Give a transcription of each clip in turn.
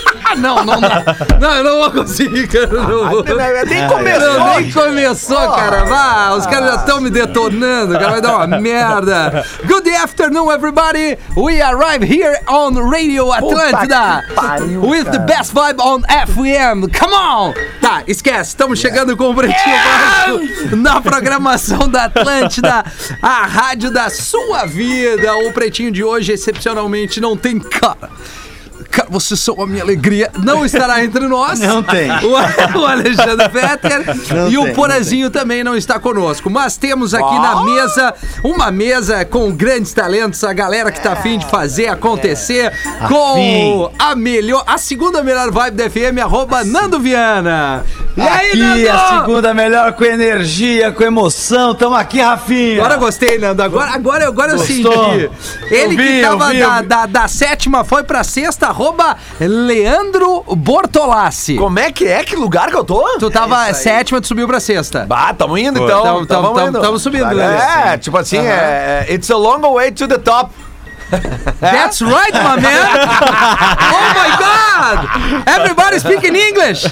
não, não, não. Não, eu não vou conseguir, cara. eu Não vou. Ah, Nem Não, nem começou, cara. Vá, os caras já estão me detonando, cara. Vai dar uma merda. Good afternoon, everybody. We arrive here on Radio Atlântida. pariu, With the best vibe on FM. Come on! Tá, esquece. Estamos chegando com o Pretinho Básico na programação da Atlântida, a rádio da sua vida. O Pretinho de hoje, excepcionalmente, não tem cara. Cara, vocês são a minha alegria. Não estará entre nós. Não tem. O, o Alexandre Fetter Não e o tem, Porazinho também não está conosco. Mas temos aqui na mesa uma mesa com grandes talentos, a galera que tá afim de fazer acontecer com É. Afim. Assim. a melhor, a segunda melhor vibe da FM, arroba Nando Viana. E aí, aqui Nando? é a segunda melhor com energia, com emoção. Tamo aqui, Rafinha. Agora eu gostei, Nando. Agora, agora, agora eu senti. Gostou? Ele Eu que vi, tava eu vi, eu da, vi. da, da sétima foi pra sexta, arroba Leandro Bortolassi. Como é que é? Que lugar que eu tô? Tu tava sétima, tu subiu pra sexta. É Bah, tamo indo então. Tamo- tá. tamo- Tamo tamo- indo. tamo subindo, né? É, tipo assim, é, é, It's a long way to the top. É. That's right, my man! Oh my God! Everybody speak in English!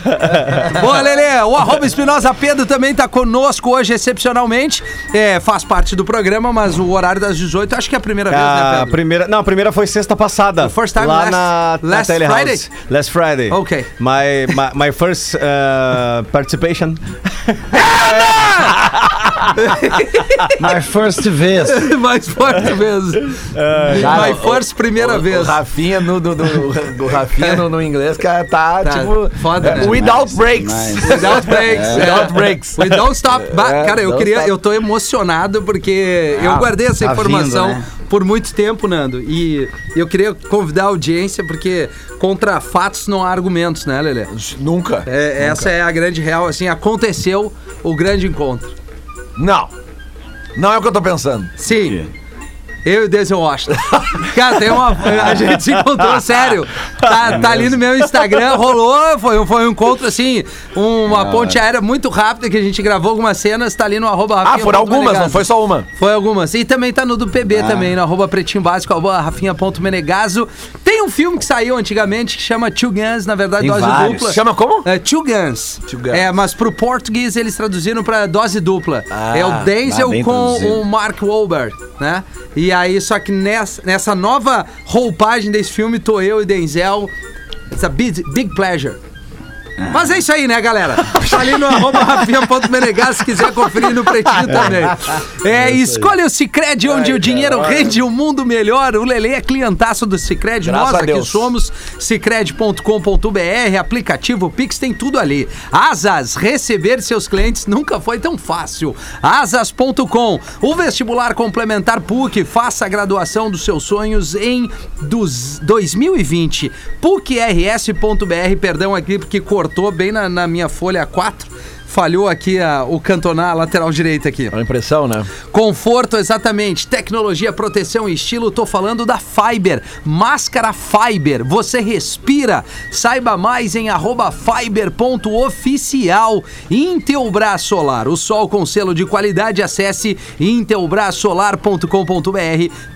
Boa, Lelê! O arroba Espinosa Pedro também tá conosco hoje, excepcionalmente. É, faz parte do programa, mas o horário das 18, acho que é a primeira vez, né, Ah, Ah, A Pedro? primeira, não, a primeira foi sexta The passada. first time lá last- na, na last Telehouse. Friday? Last Friday. Okay. My, my, my first uh, participation. My first vez. Mais forte mesmo. My first primeira vez. Ah, O Rafinha no, do, do, do Rafinha no, no inglês, cara, tá, Tá, tipo. foda, é, né? Without breaks. Without breaks. É. Without breaks. We don't stop. Ba- É, cara, eu don't queria. stop. Eu tô emocionado porque eu Ah, guardei essa tá informação vindo, né? por muito tempo, Nando. E eu queria convidar a audiência, porque contra fatos não há argumentos, né, Lelê? Nunca. É, essa é a grande real, assim, aconteceu o grande encontro. Não. Não é o que eu tô pensando. Sim. Eu e o Denzel Washington. Cara, tem uma. A gente se encontrou, sério. Tá, tá ali no meu Instagram, rolou. Foi, foi um encontro, assim, Ah. uma ponte aérea muito rápida que a gente gravou algumas cenas, tá ali no arroba Ah, Rafinha foram ponto algumas, não Menegaso. foi só uma. Foi algumas. E também tá no do PB Ah. também, no arroba pretinho básico, arroba rafinha.menegaso. Tem um filme que saiu antigamente que chama Two Guns, na verdade, Tem dose vários. dupla. Chama como? É, two, guns. Two Guns. É, mas pro português eles traduziram pra dose dupla. Ah, é o Denzel ah, bem com traduzido. o Mark Wahlberg, né? E aí, só que nessa, nessa nova roupagem desse filme, tô eu e Denzel. It's a big, big pleasure. Mas é isso aí, né, galera? Tá ali no arroba rafinha.menegas, se quiser conferir no pretinho também. É, escolhe o Cicred, onde o dinheiro rende o mundo melhor. O Lele é clientaço do Cicred, Graças nós a aqui Deus. somos. Cicred.com.br, aplicativo Pix, tem tudo ali. Asas, receber seus clientes nunca foi tão fácil. Asas.com, o vestibular complementar PUC, faça a graduação dos seus sonhos em dos 2020. PUCRS.br, perdão aqui porque cortou bem na, na minha folha 4. Falhou aqui a- o cantonar a lateral direita aqui. É uma impressão, né? Conforto, exatamente. Tecnologia, proteção e estilo. Tô falando da Fiber. Máscara Fiber. Você respira. Saiba mais em arroba fiber.oficial. Intelbras Solar. O sol com selo de qualidade. Acesse intelbrasolar.com.br.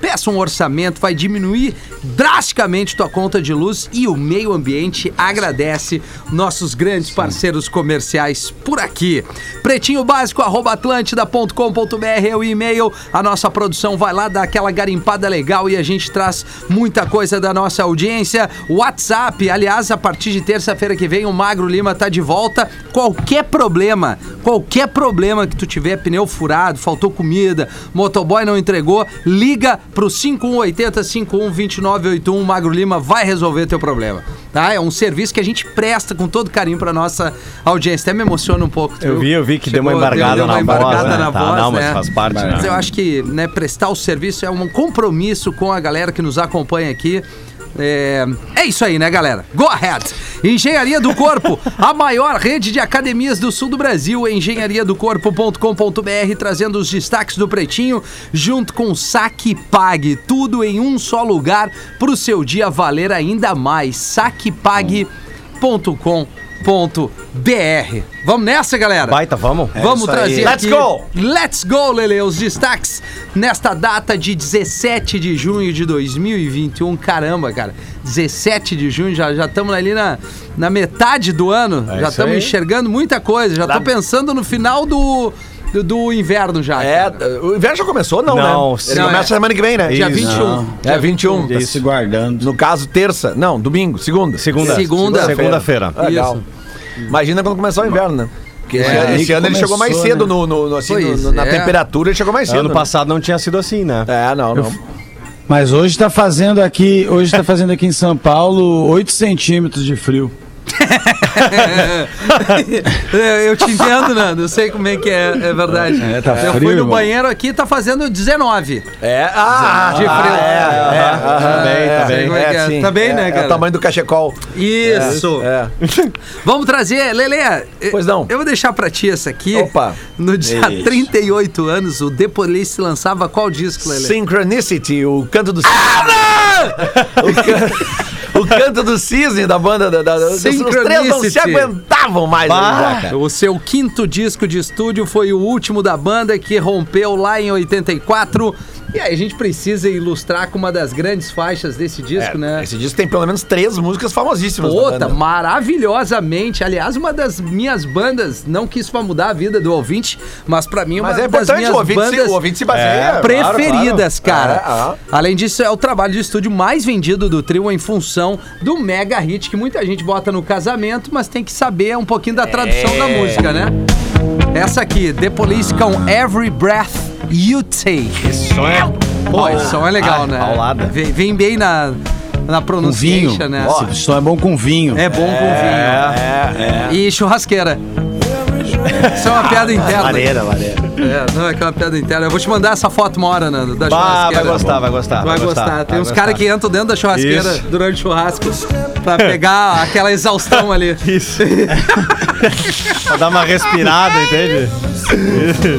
Peça um orçamento. Vai diminuir drasticamente tua conta de luz e o meio ambiente agradece nossos grandes parceiros comerciais por aqui. Pretinho básico arroba atlântida.com.br é o e-mail. A nossa produção vai lá dar aquela garimpada legal e a gente traz muita coisa da nossa audiência. WhatsApp, aliás, a partir de terça-feira que vem o Magro Lima tá de volta. Qualquer problema, qualquer problema que tu tiver, pneu furado, faltou comida, motoboy não entregou, liga pro 5180 512981, Magro Lima vai resolver teu problema. Tá? É um serviço que a gente presta com todo carinho pra nossa audiência. Até me emociona um pouco. tu Eu viu? vi, eu vi que deu uma Chegou, embargada deu uma na embargada voz, né? na Tá, voz, não, mas né? faz parte, Mas né? eu acho que né, prestar o serviço é um compromisso com a galera que nos acompanha aqui. É, é isso aí, né, galera? Go ahead! Engenharia do Corpo, a maior rede de academias do sul do Brasil, engenhariadocorpo.com.br, trazendo os destaques do Pretinho, junto com Saque e Pague, tudo em um só lugar para o seu dia valer ainda mais. saquepague.com.br. Vamos nessa, galera? Baita, vamos? É Vamos isso aí. trazer Let's aqui- go! Let's go, Lele. Os destaques nesta data de 17 de junho de 2021. Caramba, cara. 17 de junho, já estamos ali na, na metade do ano. É já isso estamos aí. enxergando muita coisa. Já tô pensando no final do, do, do inverno já. É, cara. o inverno já começou, não, Não, né? Ele não, começa é. semana que vem, né? Dia isso. 21. Não. Dia É, 21. Tá se guardando. No caso, terça. Não, domingo, segunda. Segunda. Segunda. Segunda-feira. Ah, Legal. Imagina quando começar o inverno, né? Porque esse, É, ano- aí esse ano ele começou, chegou mais né? cedo no, no- no- assim, no- Pois no- na é. temperatura, ele chegou mais cedo. Ano né? passado não tinha sido assim, né? É, não, não. Mas hoje tá fazendo aqui, hoje tá fazendo aqui em São Paulo 8 centímetros de frio. É, Eu te entendo, Nando. Eu sei como é que é, é verdade. É, tá Eu frio, fui no irmão. banheiro aqui tá fazendo 19. É, ah, De frio. ah, é, é, aham, Tá bem, tá é, bem. é, Como é que é? sim. Tá bem, É, né, É cara? o tamanho do cachecol. Isso. É. Vamos trazer, Lele. eh, Pois não. Eu vou deixar pra ti essa aqui. Opa. No dia Isso. 38 anos, o The Police lançava qual disco, Lele? Synchronicity, o canto do Ah, o, can- o canto do cisne da banda da, da, os três não se Synchronicity. aguentavam mais Bah. ali já, cara. O seu quinto disco de estúdio foi o último da banda que rompeu lá em 84. E aí a gente precisa ilustrar com uma das grandes faixas desse disco, né? É, Esse disco tem pelo menos três músicas famosíssimas. da Puta, banda. maravilhosamente. Aliás, uma das minhas bandas, não que isso vá mudar a vida do ouvinte, mas pra mim uma Mas é das importante minhas o ouvinte, se, bandas o ouvinte se baseia. claro, preferidas, claro. cara. É, Além disso, é o trabalho de estúdio mais vendido do trio em função do mega hit que muita gente bota no casamento, mas tem que saber um pouquinho da tradução da É. música, né? Essa aqui, The Police com Every Breath You Take. Esse som é. Pô, esse som é legal, Ah, né? paulada. Vem, vem bem na, na Com vinho. pronunciação, né? Esse som é bom com vinho. É bom com é. vinho. E churrasqueira. Isso é uma piada interna. Lareira, lareira. É, não, é que é uma piada interna. Eu vou te mandar essa foto uma hora, Nando, da Bah, vai é churrasqueira. gostar, vai gostar. Vai gostar. Tem vai uns gostar. caras que entram dentro da churrasqueira Isso. durante o churrasco pra pegar aquela exaustão ali. Isso. pra dar uma respirada, entende?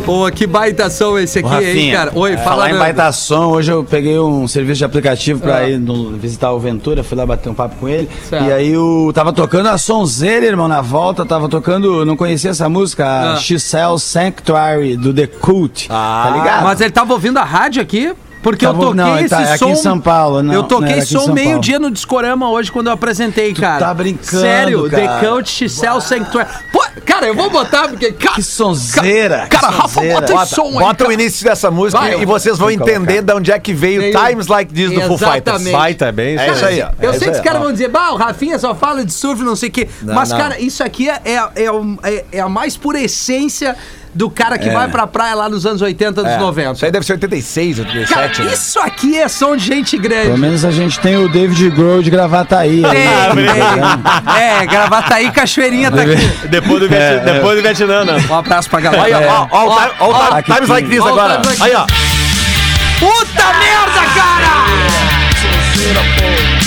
Pô, que baitação esse aqui, hein, Rafinha, é, cara? É. Oi, fala, Falar em Nando. baita som, hoje eu peguei um serviço de aplicativo pra ir no- visitar o Ventura, fui lá bater um papo com ele. Ah. Certo. E aí o tava tocando a sonzeira, irmão, na volta, tava tocando, eu não conhecia essa música, a Ah. She Sells Sanctuary do The Cult. tá ligado? Mas ele tava ouvindo a rádio aqui? Porque Tava- eu toquei não, ele esse tá- é aqui som. em São Paulo, não, eu não, toquei era aqui em som São meio-dia no Discorama hoje quando eu apresentei, cara. tá brincando, Sério, cara. The Couch Cell Sanctuary. Pô, cara, eu vou botar porque. Cara, Que sonzeira, Cara, que Rafa, sonzeira. bota esse som aí. Bota o cara. início dessa música Vai, e vocês vão vou colocar. entender de onde é que veio Veio- Times Like This do Full Fighters. Exatamente. Baita, é bem É isso aí, ó. Eu É sei que isso os aí, caras ó. vão dizer, bah, o Rafinha só fala de surf, não sei o quê. Mas, não. cara, isso aqui é, é, um- é- é a mais pura essência do cara É. que vai pra praia lá nos anos 80, anos É, 90. Isso aí deve ser 86, é 87. Cara, né? isso aqui é som de gente grande. Pelo menos a gente tem o David Grohl de Gravataí. aí, Ah, É, tá ligado? é, Gravataí, Cachoeirinha tá aqui. Depois do, Vietnã, depois do Vietnã, né? não. Um abraço pra galera. Aí, ó, É. É, ó, ó, o time- ó, o time- aqui Times tem. Like This Ó, o agora. Times Like Aí, ó. Puta merda, cara!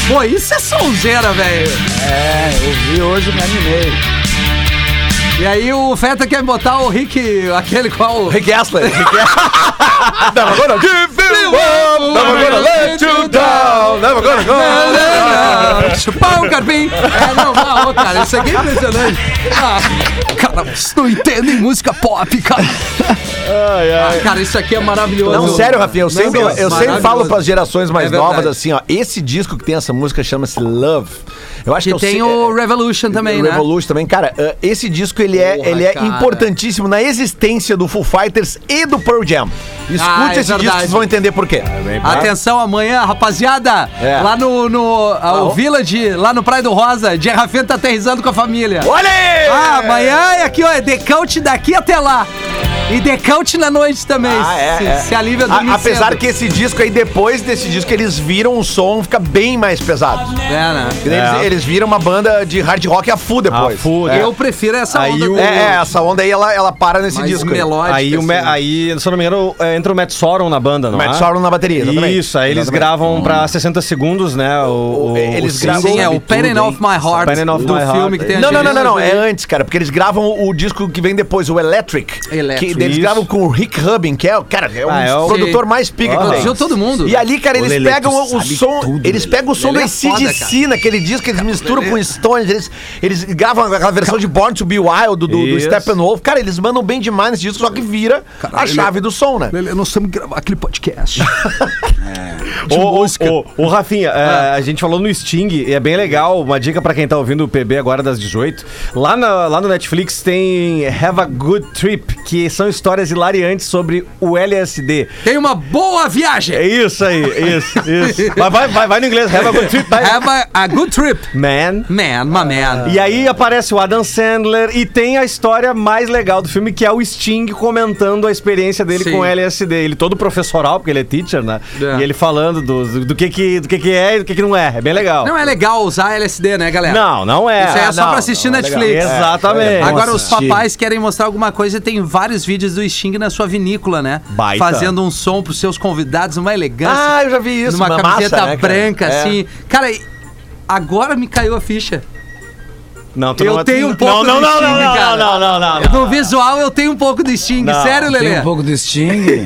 Pô, isso é sonzeira, velho. É, eu vi hoje e me animei. E aí o Feta quer botar o Rick, aquele qual... Rick Astley. Rick Astley. Never gonna give you up. Never gonna let you down. Never gonna go. Chupar o carpim. É, não, não, cara, isso aqui é impressionante. Ah, cara, vocês não entendem música pop, cara. Ah, cara, isso aqui é maravilhoso. Não, sério, Rafinha, eu sempre, eu, sempre maravilhoso. falo pras gerações É mais verdade. novas assim, ó. Esse disco que tem essa música chama-se Love. Eu acho que, Que eu tem sei- o é- Revolution também, né? Revolution também. Cara, uh, esse disco ele é, Porra, ele é cara. importantíssimo na existência do Foo Fighters e do Pearl Jam. Escute Ah, é esse disco, verdade. É vocês vão entender por quê. Atenção amanhã, rapaziada. Né? É. Tá Lá no, no ah, o Alô? Village hoje, lá no Praia do Rosa, Dia Rafinha tá aterrizando com a família. Olha aí! Ah, amanhã é aqui, ó, é decaute daqui até lá. E decaute na noite também. Ah, é, se, é. se alivia A- dormir apesar cedo. que esse disco aí, depois desse disco, eles viram o som, fica bem mais pesado. É, né? Eles, eles viram uma banda de hard rock a full Ah, depois. full, é. Eu prefiro essa Aí onda o- do- É, é, essa onda aí, ela, ela para nesse mais disco. aí. melódica. Aí, o, assim, Me- né? aí, se eu não me engano, é, entra o Matt Sorum na banda, não Matt é? Sorum na bateria, exatamente. Isso, aí eles Exatamente. Hum. gravam pra 60 segundos, né? O, o- Eles o gravam- single Sim, é e o tudo, Pain hein? Off My Heart, Pain Off do My Heart. filme que tem a Não, não, não, não, não, é Angelina antes, cara, porque eles gravam o disco que vem depois, o Electric. Electric. Que eles Isso. gravam com o Rick Rubin, que é, o- cara, é um Ah, é o- produtor mais pica que Produziu tem. todo mundo. E ali, cara, O eles Lelê, tu pegam o sabe som. tudo, eles pegam o som Lelê do é foda, ACDC naquele disco, eles misturam com Stones, eles, eles gravam a versão de Born to Be Wild do, do, do Isso. Steppenwolf. Cara, eles mandam bem demais nesse disco, só que vira a chave do som, né? Lelê, nós temos que gravar aquele podcast. Ô, ô, ô, ô, Rafinha, é, a gente falou no Sting e é bem legal. Uma dica pra quem tá ouvindo o PB agora das 18. Lá, na- lá no Netflix tem Have a Good Trip, que são histórias hilariantes sobre o LSD. Tem uma boa viagem. É isso aí, isso, isso. Mas vai, vai, vai no inglês, have a good trip, vai. Have a, a good trip. Man. Man, Ah. my man. E aí aparece o Adam Sandler e tem a história mais legal do filme, que é o Sting comentando a experiência dele Sim. com LSD. Ele todo professoral, porque ele é teacher, né? É. E ele falando do, do, que, que, do que, que é e do que, que não é. É bem legal. Não é legal usar LSD, né, galera? Não, não é. Isso aí é Ah, só não, pra assistir não, é legal. Netflix. é. Exatamente. Agora Nossa, os papais querem mostrar alguma coisa e tem vários vídeos do Sting na sua vinícola, né? Baita. Fazendo um som pros seus convidados, uma elegância. Ah, eu já vi isso, assim, numa uma camiseta massa, né, cara? branca, É. assim. Cara, e- agora me caiu a ficha. Não, é tu Eu não- tenho um pouco não, não, do não, Sting, não, cara. não, não, não, não. No visual eu tenho um pouco do Sting. Ah. Não, Sério, Tem Lelê? um pouco do Sting.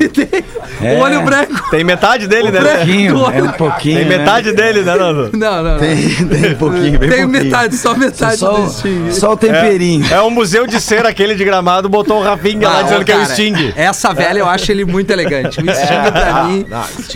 É, O olho branco. Tem metade dele, né? Um pouquinho, é um pouquinho. Tem né? metade dele, né, Nando? Não, não. não. Tem, tem um pouquinho, bem Tem pouquinho. metade, só metade Só, um. do Sting. só o temperinho. É o museu de cera aquele de gramado, botou o Rafinha lá Ah, dizendo ô, que é o cara, Sting. Essa velha eu acho ele muito elegante. O Sting pra mim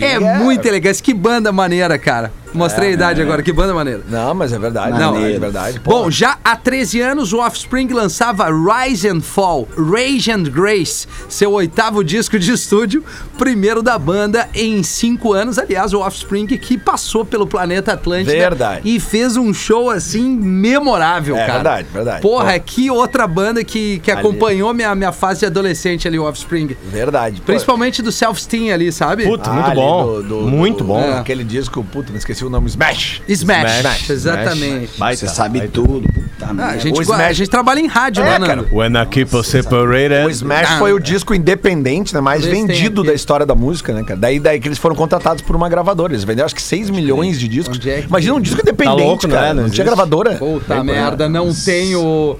é, muito elegante. Que banda maneira, cara. Mostrei a idade agora, que banda maneira. Não, mas é verdade. Não. é verdade. pô. Bom, já há 13 anos o Offspring lançava Rise and Fall, Rage and Grace, seu oitavo disco de estúdio, primeiro da banda em cinco anos. Aliás, o Offspring que passou pelo planeta Atlântida Verdade. e fez um show assim memorável, É, cara. verdade, verdade. Porra, que outra banda que, que acompanhou minha, minha fase de adolescente ali, o Offspring. verdade. pô. Principalmente do self-steam ali, sabe? Puta, Ah, muito ali bom. do- do- muito do- bom. É. Aquele disco, puta, me esqueci o nome, Smash. É, Smash, Smash, exatamente. Baita, Você sabe baita. tudo. Puta Ah, a, merda. gente, O gua- Smash- a gente trabalha em rádio, É, né, Nando? When I keep us separated. O Smash foi o disco independente, né? Mais Eles têm vendido aqui. da história da música, né, cara? Daí, daí que eles foram contratados por uma gravadora. Eles venderam acho que 6 milhões de discos. Onde é que- Imagina um disco independente, Tá louco, né? é? Não cara. Não, tinha existe. gravadora. Puta merda, não tenho.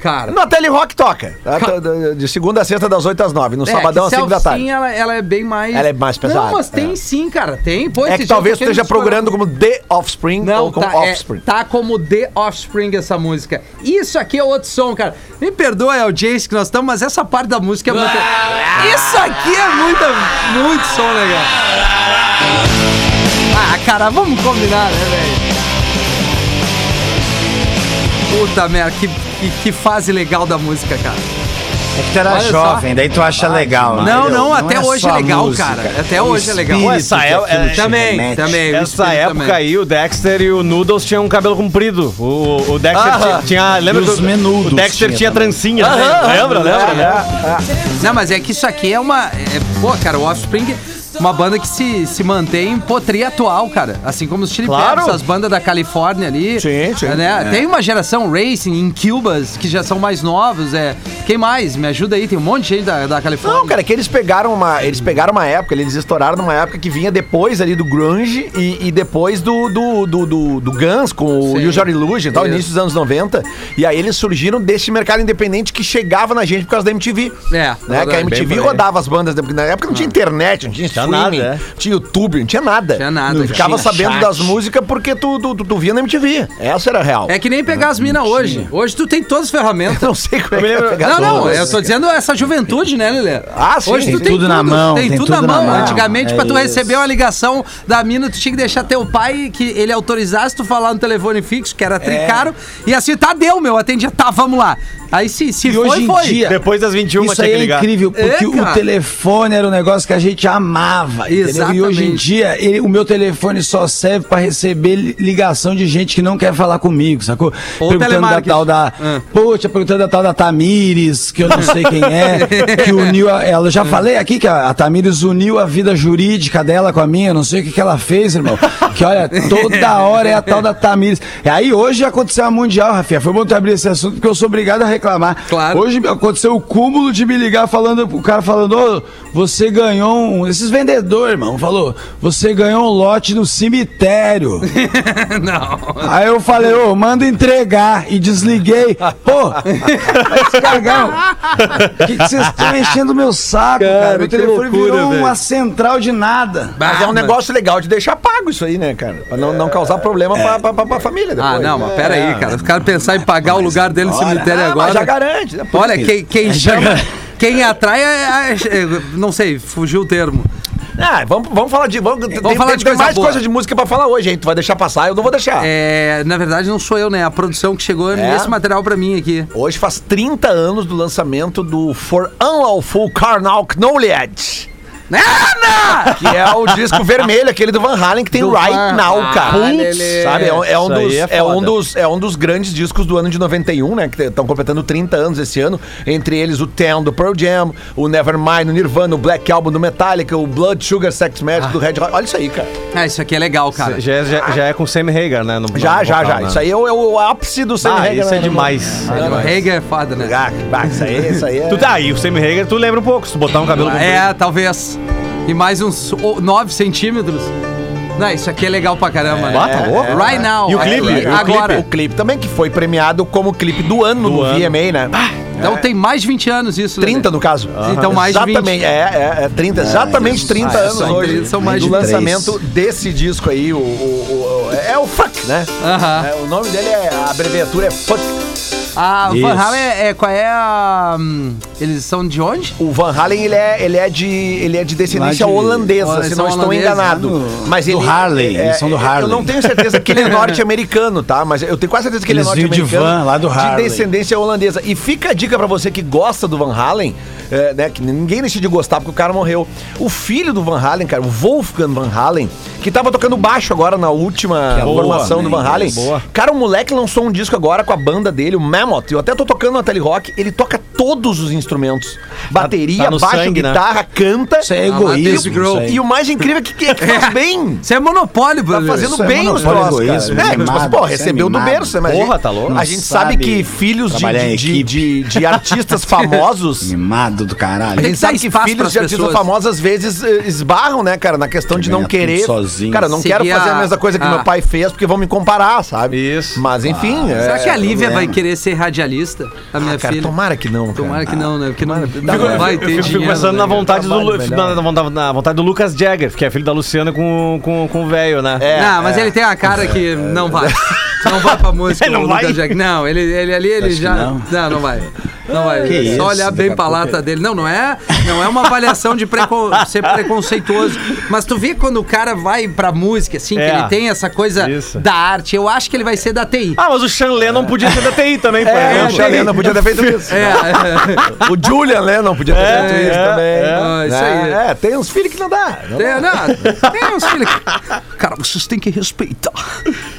Cara. Na Tele Rock toca. tá? De segunda a sexta, das 8 às 9. No É, sabadão, às que 5 da Self-Sim, tarde. Ela, ela é bem mais. Ela é mais pesada, Não, mas tem é. sim, cara. Tem. Pô, É esse que dia talvez eu fiquei esteja me esperando. programando como The Offspring Não, ou como tá, é, Offspring. tá como The Offspring essa música. Isso aqui é outro som, cara. Me perdoa, é o Jace que nós estamos, mas essa parte da música é muito. Isso aqui é muita, muito som legal. Ah, cara, vamos combinar, né, velho? Puta merda, que, que, que fase legal da música, cara. É que tu era Olha só. Ah, jovem, daí tu acha legal. Não, entendeu? não, até é hoje só é a legal, cara. Até O hoje é legal. espírito Ué, essa que é- aquilo é- te Também, remete. também. o Nessa espírito época também. aí, o Dexter e o Noodles tinham um cabelo comprido. O, o Dexter Ah. tinha, tinha- Lembra E os menudos O Dexter tinha, tinha também. trancinha. né? lembra, lembra, né? Não, mas é que isso aqui é uma. é- pô, cara, o Offspring é uma banda que se, se mantém potria atual, cara. Assim como os Chili Claro. Peppers, as bandas da Califórnia ali. Sim, sim. É. né? Tem uma geração Racing em Cubas que já são mais novos. É. Quem mais? Me ajuda aí, tem um monte de gente da, da Califórnia. Não, cara, é que eles pegaram uma. Eles pegaram uma época, eles estouraram numa época que vinha depois ali do Grunge e, e depois do, do, do, do- do Guns com o Sim. Use Your Illusion e tal, Isso. início dos anos 90. E aí eles surgiram desse mercado independente que chegava na gente por causa da MTV. É, Né? Que a bem MTV por aí. rodava as bandas, porque na época não tinha internet, não tinha Tinha streaming, nada, é. tinha YouTube, não Ah. tinha nada. Tinha nada, Tu ficava tinha sabendo chat. das músicas porque tu, tu, tu, tu via na MTV. Essa era a real. É que nem pegar as minas hoje. Hoje tu tem todas as ferramentas. Eu não sei como é que Eu me vai lembro- pegar Não, não, todas. eu tô dizendo essa juventude, né, Lelê? Ah, sim, Hoje tu tem tudo na mão, Tem, tudo, na mão. Antigamente, É pra tu isso. receber uma ligação da mina, tu tinha que deixar teu pai que ele autorizasse tu falar no telefone fixo, que era tricaro. E assim, tá, deu, meu. Atendia, tá, vamos lá. Aí se, se E foi, hoje em foi. é. dia- Depois das 21 Isso aí é incrível, porque É, cara. o telefone era um negócio que a gente amava. entendeu? Exatamente. E hoje em dia, ele- o meu telefone só serve pra receber li- ligação de gente que não quer falar comigo, sacou? Ou perguntando da telemarketing. tal da. Ah. Poxa, perguntando da tal da Tamires, que eu não sei quem é, que uniu. A, ela eu Ah. já falei aqui que a, a Tamires uniu a vida jurídica dela com a minha, eu não sei o que, que ela fez, irmão. Que olha, toda hora é a tal da Tamires. E aí hoje aconteceu a Mundial, Rafinha. Foi bom tu abrir esse assunto, porque eu sou obrigado a reclamar. Claro. Hoje aconteceu o cúmulo de me ligar falando, o cara falando, ô, você ganhou um. Esses vendedores, irmão, falou, você ganhou um lote no cemitério. Não. Aí eu falei, ô, manda entregar. E desliguei. Pô, vai se cagar. O que que vocês estão enchendo meu saco, cara? Cara, Meu que telefone loucura, virou uma velho. central de nada. Mas é um Barba. negócio legal de deixar pago isso aí, né, cara? Pra não, não causar problema pra, pra, pra- pra família depois. Ah, não, mas né? pera aí, cara. Os caras pensaram em pagar o lugar dele no agora- cemitério Ah, agora. mas já garante. né? Olha, quem, quem chama. garante. Quem atrai é, é- é- Não sei, fugiu o termo. Ah, vamos, vamos falar de. Vamos, tem, falar tem- de tem coisa mais boa. coisa de música pra falar hoje, hein? Tu vai deixar passar, eu não vou deixar. É, na verdade, não sou eu, né? A produção que chegou Ah. É? esse material pra mim aqui. Hoje faz 30 anos do lançamento do For Unlawful Carnal Knowledge. Ana! Que é o disco vermelho, aquele do Van Halen, que tem Do Right Van Now, cara. Halen. Putz, sabe? É um, é um Isso dos, aí é é, foda. um dos, é um dos grandes discos do ano de 91, né? Que estão completando 30 anos esse ano. Entre eles o Town do Pearl Jam, o Nevermind do Nirvana, o Black Album do Metallica, o Blood Sugar Sex Magic do Red Hot. Olha isso aí, cara. Ah, isso aqui é legal, cara. Já, já, já é com Sam Hagar, né? no- Já, no já, vocal, já. né? Isso aí é o, é o ápice do Sam Ah, Hagar, isso é né? demais. O Reagan é foda, né? Ah, bah, isso aí, isso aí é... Tu tá aí, o Sam Hagar, tu lembra um pouco. Se tu botar um cabelo Ah, É, talvez. E mais uns 9 centímetros. Não, isso aqui é legal pra caramba, né? Ah, tá louco? Right now. E o É, clipe? E o Agora. O clipe também, que foi premiado como clipe do ano no ano. VMA, né? Então tem mais de 20 anos isso, né? Lelê. 30 no caso. Então, mais de 20. Exatamente, é, é, é 30, exatamente 30 é Ah, anos são hoje. três, são mais do de três. lançamento desse disco aí, o, o- o- é o Fuck, né? Aham. É, o nome dele é, a abreviatura é Fuck. Ah, o Van Isso. Halen é, é- qual é a. hum, eles são de onde? O Van Halen, ele é, ele é de, ele é de descendência Lá de- holandesa, Olha, se são não estou holandeses, enganado. né? Do- Mas é, do Harley, eles são do Eu Harley. não tenho certeza que ele é norte-americano, tá? Mas eu tenho quase certeza que ele é Eles vinham de norte-americano. van lá do De Harley. descendência holandesa. E fica a dica pra você que gosta do Van Halen, é, né? Que ninguém deixa de gostar porque o cara morreu. O filho do Van Halen, cara, o Wolfgang Van Halen, que tava tocando baixo agora na última boa, formação né? do Van Halen. Boa. Cara, o moleque lançou um disco agora com a banda dele, o Mammoth. Eu até tô tocando na Tele Rock. Ele toca todos os instrumentos: bateria, tá no baixo, sangue, né? guitarra, canta. Isso é Ah, Matheus egoísmo. Grohl. isso aí. E o mais incrível é que, que, que faz bem. Isso é monopólio, Tá brother. fazendo Isso é bem os monopólio, troços, cara. egoísmo, É, tipo assim, mimado, pô, isso é recebeu do mimado. berço, mas Porra, tá louco? A Não gente sabe sabe que filhos de, trabalhar de, em de, equipe. de, de artistas famosos... Mimado do A caralho. gente que sabe dar que espaço filhos pras de artistas pessoas. famosos às vezes eh, esbarram, né, cara, na questão de não ganhar querer. tudo sozinho. Cara, não quero Seguir fazer a a- mesma coisa que ah. meu pai fez porque vão me comparar, sabe? Isso. Mas enfim. é um- Será É, que é a Lívia vai problema. querer ser radialista? A minha Ah, cara, filha. tomara que não. cara. Tomara que não, né? Porque não, Fico- não vai Eu ter fico dinheiro. pensando na né? vontade, do, Lu- Trabalho melhor. na, na vontade, na vontade do Lucas Jagger, que é filho da Luciana com, com, com o velho, né? É, não, mas é. ele tem uma cara que não vai. Não vai pra música, Não o vai? Lucas Jack. Não, ele, ele ali, ele Acho que já. Não. não. não, vai. Não vai. Só Que isso, olhar bem daqui a pra pouco lata dele. Não, não é, não é uma avaliação de preco- ser preconceituoso. Mas tu vê quando o cara vai pra música, assim, É. que ele tem essa coisa Isso. da arte. Eu acho que É. ele vai ser da TI. Ah, mas o Sean Lennon podia ser da TI também, por É, o exemplo. John Lennon podia ter feito isso. É, O Julian Lennon podia ter É, feito isso é, também. é. Isso aí. É, tem uns filhos que não dá. Não, é, não, tem uns filhos. que- Cara, vocês têm que respeitar.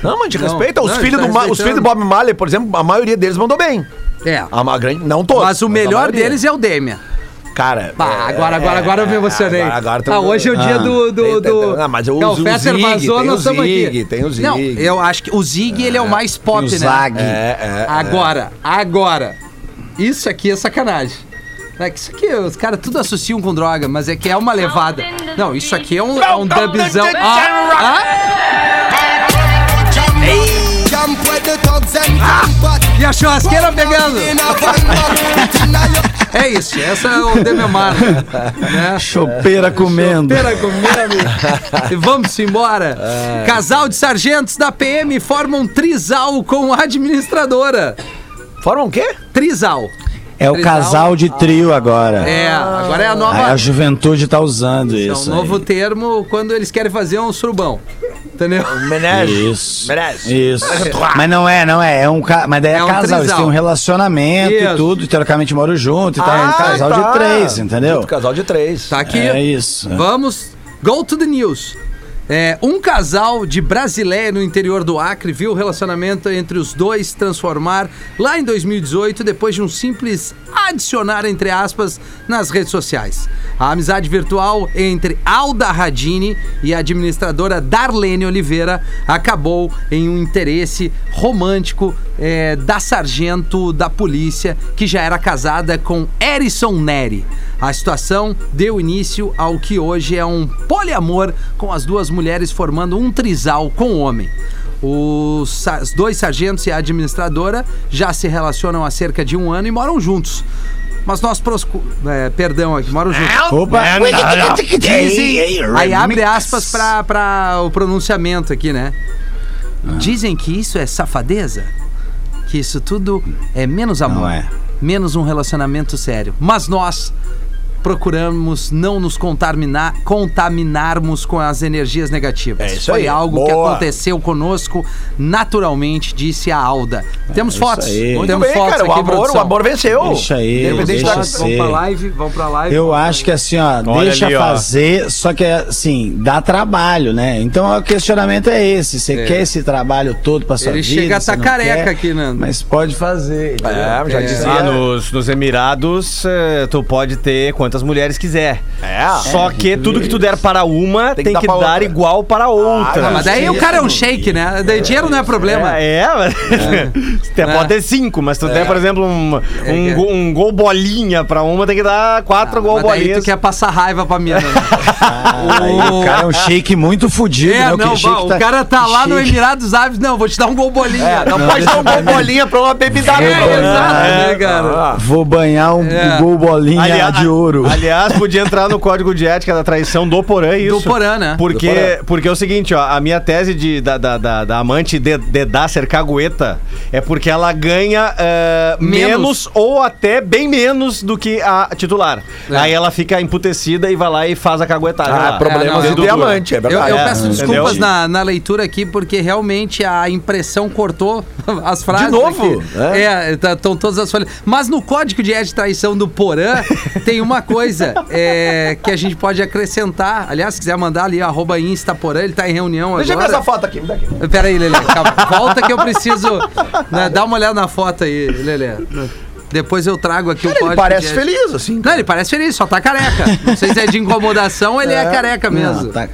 não mas de Não, respeito, os não, filhos ele tá do Ma- os respeitando. filhos do Bob Marley, por exemplo, a maioria deles mandou bem. É. Ah, A, ma- grande, não todos. Mas o a melhor maioria. deles é o Demian. Cara. Bah, é, agora, agora, é, agora eu me emocionei. agora- agora ah, tamo- hoje é o dia Ah, do. do, tem- tem- do... tem- ah, mas o- não, o Fetter Zig, vazou, tem nós o estamos aqui. Zig, tem o Zig. Não, eu acho que o Zig, ele é o mais pop, o né? Zag. É, é. Agora, agora. Isso aqui é sacanagem. É que isso aqui, os caras tudo associam com droga, mas é que é uma levada. Não, isso aqui é um, é um dubzão. Ah, então. ah, e a churrasqueira pegando. É isso, essa é o Dememar. Né? É. Chopeira comendo. Pera comendo. E vamos embora. Casal de sargentos da PM formam trisal com a administradora. Formam o um quê? Trisal. É o casal de trio agora. É, agora é a Aí nova. Ah, a juventude tá usando É um isso. aí. novo termo quando eles querem fazer um surubão. Entendeu? Homenagem. Isso. Merece. Isso. Mas não é, não é. é um ca... Mas daí é, É um casal, eles trisal. têm um relacionamento Isso. e tudo, e teoricamente moram junto e tal. É um casal tá. de três, entendeu? Muito casal de três. Tá aqui. É isso. Vamos. Go to the news. É, um casal de brasileiro no interior do Acre viu o relacionamento entre os dois transformar lá em 2018, depois de um simples adicionar, entre aspas, nas redes sociais. A amizade virtual entre Alda Radini e a administradora Darlene Oliveira acabou em um interesse romântico é, da sargento da polícia, que já era casada com Erison Neri. A situação deu início ao que hoje é um poliamor com as duas mulheres formando um trisal com o homem. Os sa- os dois sargentos e a administradora já se relacionam há cerca de um ano e moram juntos. Mas nós proscu... é, perdão aqui, moram juntos. Opa! é Aí abre aspas para o pronunciamento aqui, né? Dizem que isso é safadeza, que isso tudo é menos amor, Não é. menos um relacionamento sério. Mas nós procuramos não nos contaminar, contaminarmos com as energias negativas. É isso Foi aí. algo que Boa. aconteceu conosco naturalmente, disse a Alda. Temos É isso fotos, aí. temos Muito bem, fotos cara. O aqui, amor, o produção. amor venceu. Deixa aí, Independente deixa da- assim. Vamos pra live, vamos pra live. Eu acho que assim, ó, Olha deixa ali, ó. fazer, só que assim, dá trabalho, né? Então ó, o questionamento é esse. Você É. quer esse trabalho todo pra sua Ele vida? chega a você tá não careca quer, aqui, Nando. Mas pode fazer. É, já É. dizia. Ah, nos, nos Emirados, eh, tu pode ter quantas mulheres quiser. É. Só que tudo que tu der para uma tem, que dar que, pra dar, outra. igual para Ah, outra. Mas daí o cara é um shake, né? Daí dinheiro não é problema. É, é, mas. Até pode ter cinco, mas tu der, por exemplo, um, um, que- Ah, gol, um gol bolinha pra uma, tem que dar quatro gol Mas daí bolinhas. tu quer passar raiva pra mina. Né? Aí o cara é um shake muito fudido, É, né? não, shake o cara tá lá no shake- Emirados Árabes, não, vou te dar um gol bolinha. É, Não, pode dar um gol bolinha pra uma bebida é, boa. Ah, exato, é, né, cara? Vou banhar um É. gol bolinha Aliás- de ouro. Aliás, podia entrar no código de ética da traição do Porã, isso. Porã, né? Porque, Do Porã. porque é o seguinte, ó, a minha tese de, da, da, da, da amante de- dedar ser cagueta é porque ela ganha eh, Menos. menos. ou até bem menos do que a titular. É. Aí ela fica emputecida e vai lá e faz a caguetagem. Ah, lá. problemas É, não, de não. diamante, é Eu, eu verdade. É. peço entendeu? desculpas na, na leitura aqui, porque realmente a impressão cortou as frases. novo? aqui. É, estão todas as folhas. Mas no código de ética de traição do Porã, tem uma coisa é, que a gente pode acrescentar. Aliás, se quiser mandar ali, arroba Insta Porã, ele tá em reunião Deixa eu ver agora. essa foto aqui, me dá aqui. Pera aí, Lelê. Calma. Volta que eu preciso. né, dá uma olhada na foto aí, Lelê. Depois eu trago aqui o Ele código. parece de- feliz, assim. Não, ele parece feliz, só tá careca. Não sei se é de incomodação, ele é, careca Ah, mesmo. Não, tá,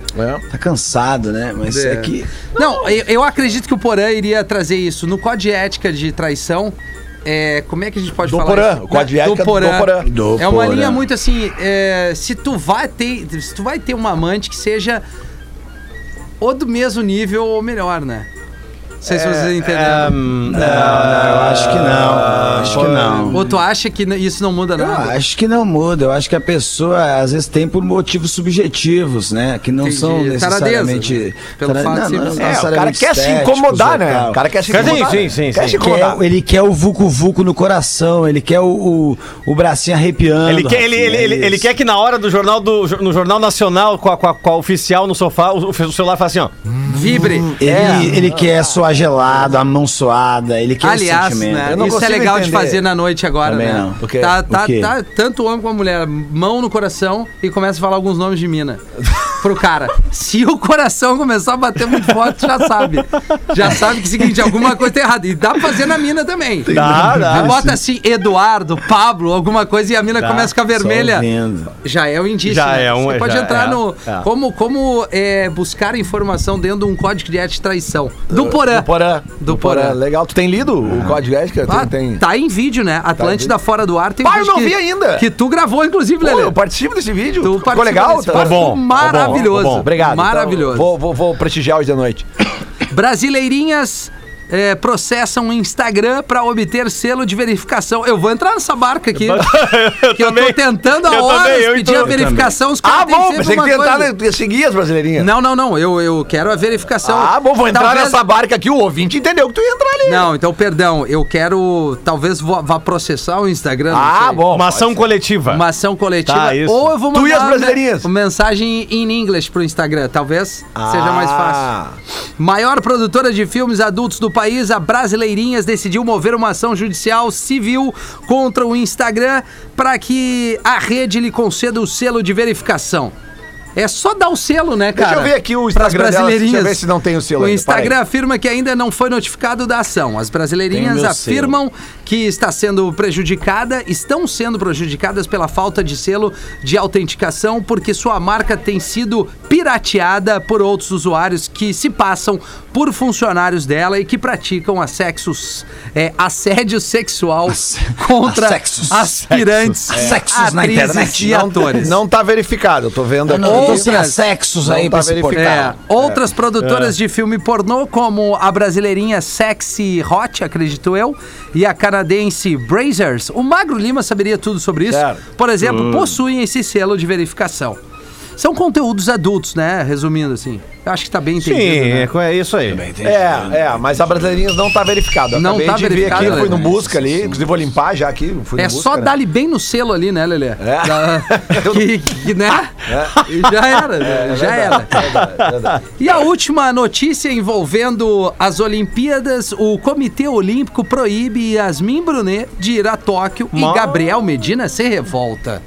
tá cansado, né? Mas é, É. que. Não, eu, eu acredito que o Porã iria trazer isso. No código de ética de traição, é, como é que a gente pode Do falar Porã, isso? o código de ética do Porã. Do é uma Porã. linha muito assim, é, se tu vai ter, se tu vai ter uma amante que seja ou do mesmo nível ou melhor, né? Não sei É, se vocês entenderam. hum. eu acho que não. Acho Ah, que não. Ou tu acha que n- isso não muda Eu nada? acho que não muda. Eu acho que a pessoa às vezes tem por motivos subjetivos, né? Que não Entendi. são Taradeza, necessariamente. né? Pelo fato de ser- É, o É, o cara necessariamente quer se estéticos incomodar, ou né? tal. O cara quer se Quer sim, incomodar. sim, né? sim, sim. Quer se Quer- incomodar. ele quer o vucu vucu no coração, ele quer o, o, o bracinho arrepiando. Ele quer, ele, Rafinha, ele, é ele, ele isso. quer que na hora do jornal do no Jornal Nacional, com a, com a, com a oficial no sofá, o, o celular faça assim, ó. Vibre. É. Ele, ele quer suar gelado, a mão suada, ele quer Aliás, esse sentimento. né, Eu não isso é consigo legal de entender. fazer na noite agora, Também né? não. O quê? Tá, O tá, quê? tá, tanto o homem como a mulher, mão no coração e começa a falar alguns nomes de mina pro cara. Se o coração começar a bater muito forte, já sabe. Já sabe que é o seguinte, alguma coisa tá errada. E dá pra fazer na mina também. Dá, dá. Aí Bota assim, Eduardo, Pablo, alguma coisa e a mina começa a ficar Só vermelha. ouvindo. Já é um indício. Já né? é um- Você pode já entrar é, no. é. Como, como é, buscar informação dentro de um código de ética de traição? Do Porã. Do Porã. Do Porã. Legal. Tu tem lido o Código Ética? Ah, Tu tem... Tá em vídeo, né? Atlântida fora do ar tem um Pai, eu vídeo não que- vi ainda. Que tu gravou, inclusive, Pô, Lelê. eu participo desse vídeo. Tu Ficou participou legal? desse papo bom, tá bom, Maravilhoso. tá bom. Obrigado. Maravilhoso. Então, vou, vou, vou prestigiar hoje da noite. Brasileirinhas eh, processam o Instagram para obter selo de verificação. Eu vou entrar nessa barca aqui. Eu que eu tô tentando há Eu horas também, eu pedir tô- a verificação, os caras Ah, têm bom, sempre pensei que uma coisa. tentar seguir as brasileirinhas. Não, não, não. Eu, eu quero a verificação. Ah, bom, vou entrar Talvez- nessa barca aqui, o ouvinte entendeu que tu ia entrar ali. tá Não, então perdão. Eu quero. Talvez vá vá processar o Instagram. não Ah, sei. bom. Uma ação coletiva. Uma ação coletiva. Tá, isso. Ou eu vou Tu mandar e as uma- brasileirinhas? uma mensagem em inglês pro Instagram. Talvez seja mais fácil. Ah. Maior produtora de filmes adultos do país, a Brasileirinhas decidiu mover uma ação judicial civil contra o Instagram para que a rede lhe conceda o selo de verificação. É só dar o selo, né, cara? eu ver aqui o Pras Instagram delas, brasileirinhas. deixa eu ver se não tem o selo O ainda, para aí. Instagram afirma que ainda não foi notificado da ação. As Tem o brasileirinhas meu afirmam que está sendo prejudicada, estão sendo prejudicadas pela falta de selo de autenticação, porque sua marca tem sido pirateada por outros usuários que se passam por funcionários dela e que praticam assexos, é, assédio sexual contra assexos. aspirantes, Assexos na atrizes internet. e Não- atores. Não tá verificado, eu tô vendo Eu aqui. não, eu tô Outras- sem assexos Não aí tá pra esse verificado. É, portal. outras produtoras de filme pornô, como a brasileirinha Sexy Hot, acredito eu, e a canadense Brazers, o Magro Lima saberia tudo sobre isso, Certo. por exemplo, possuem esse selo de verificação. São conteúdos adultos, né? Resumindo assim. Eu acho que tá bem entendido. Sim, né? é, é isso aí. É, é, mas a brasileirinhas não tá verificado. Eu Não acabei tá de ver verificado, aqui, fui no né? busca ali, inclusive vou limpar já aqui. Fui É no busca, só né? É. dar-lhe bem no selo ali, né, Lelê? Da- que, que, né? E Já era, né? É, já era. E a última notícia envolvendo as Olimpíadas, o Comitê Olímpico proíbe Yasmin Brunet de ir a Tóquio e Gabriel Medina se revolta.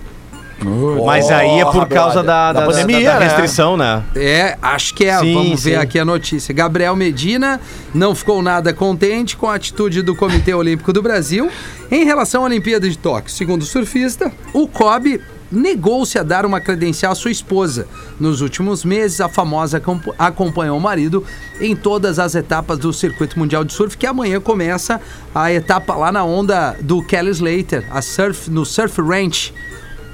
Mas aí é por Porra, causa brother. da, da, da- pandemia, da né? restrição, né? É, acho que é. Sim, Vamos ver sim. aqui a notícia. Gabriel Medina não ficou nada contente com a atitude do Comitê Olímpico do Brasil em relação à Olimpíada de Tóquio. Segundo o surfista, o COB negou-se a dar uma credencial à sua esposa. Nos últimos meses, a famosa acomp- acompanhou o marido em todas as etapas do Circuito Mundial de Surf, que amanhã começa a etapa lá na onda do Kelly Slater, a surf, no Surf Ranch,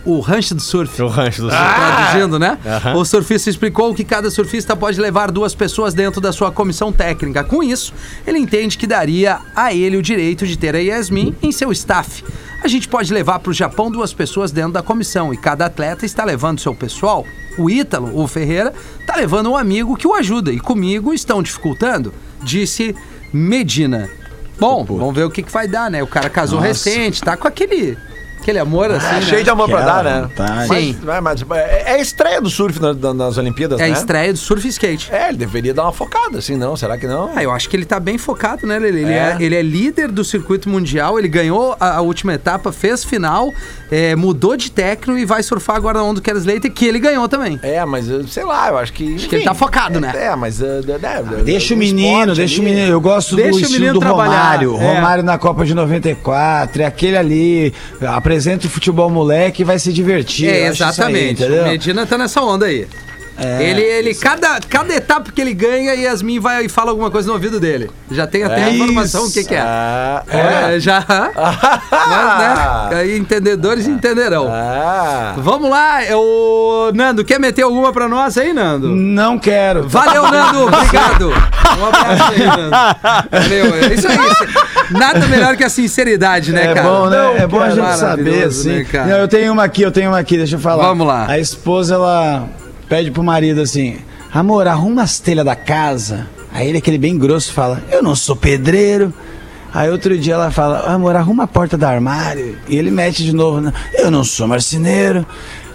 o rancho do surf O rancho do Ah, traduzindo, né? O surfista explicou que cada surfista pode levar duas pessoas dentro da sua comissão técnica. Com isso, ele entende que daria a ele o direito de ter a Yasmin em seu staff. A gente pode levar para o Japão duas pessoas dentro da comissão e cada atleta está levando seu pessoal. O Ítalo, o Ferreira, está levando um amigo que o ajuda e comigo estão dificultando, disse Medina. Bom, vamos ver o que, que vai dar, né? O cara casou recente, tá com aquele, aquele amor assim. né? É, Cheio de amor pra dar, né? Tá. Sim. Mas, mas é é estreia do surf na- na- nas Olimpíadas, É a né? estreia do surf e skate. É, ele deveria dar uma focada, assim, não? Será que não? Ah, eu acho que ele tá bem focado, né, Lele? Ele é, É. ele é líder do circuito mundial, ele ganhou a, a última etapa, fez final, é, mudou de técnico e vai surfar agora na onda do Kelly Slater, que ele ganhou também. É, mas eu- sei lá, eu acho que. que ele tá focado, é, né? É, mas. uh, de- de- Deixa o esporte menino, ali- deixa o menino. Eu gosto Deixa o do estilo menino do trabalhar, Romário. é. Romário na Copa de 94, é aquele ali. Apresenta o futebol moleque e vai se divertir. É, eu acho isso aí, exatamente. entendeu? É, o Medina tá nessa onda aí. ele, ele cada, cada etapa que ele ganha, Yasmin vai e fala alguma coisa no ouvido dele. Já tem até a informação o que, que é. Ah, É, já. Mas, né? É. Entendedores entenderão. Ah. Vamos lá, eu... Nando, quer meter alguma pra nós aí, Nando? Não quero. Valeu, Nando. Obrigado. Um abraço aí, Nando. Valeu. É isso aí. Nada melhor que a sinceridade, né, É cara? bom, né? Não, é bom a cara, gente saber, maravilhoso, assim. né, cara? Não, eu tenho uma aqui, eu tenho uma aqui, deixa eu falar. Vamos lá. A esposa, ela pede pro marido assim: amor, arruma as telhas da casa. Aí ele, aquele bem grosso, fala: eu não sou pedreiro. Aí outro dia ela fala: amor, arruma a porta do armário. E ele mete de novo: "Não, eu não sou marceneiro.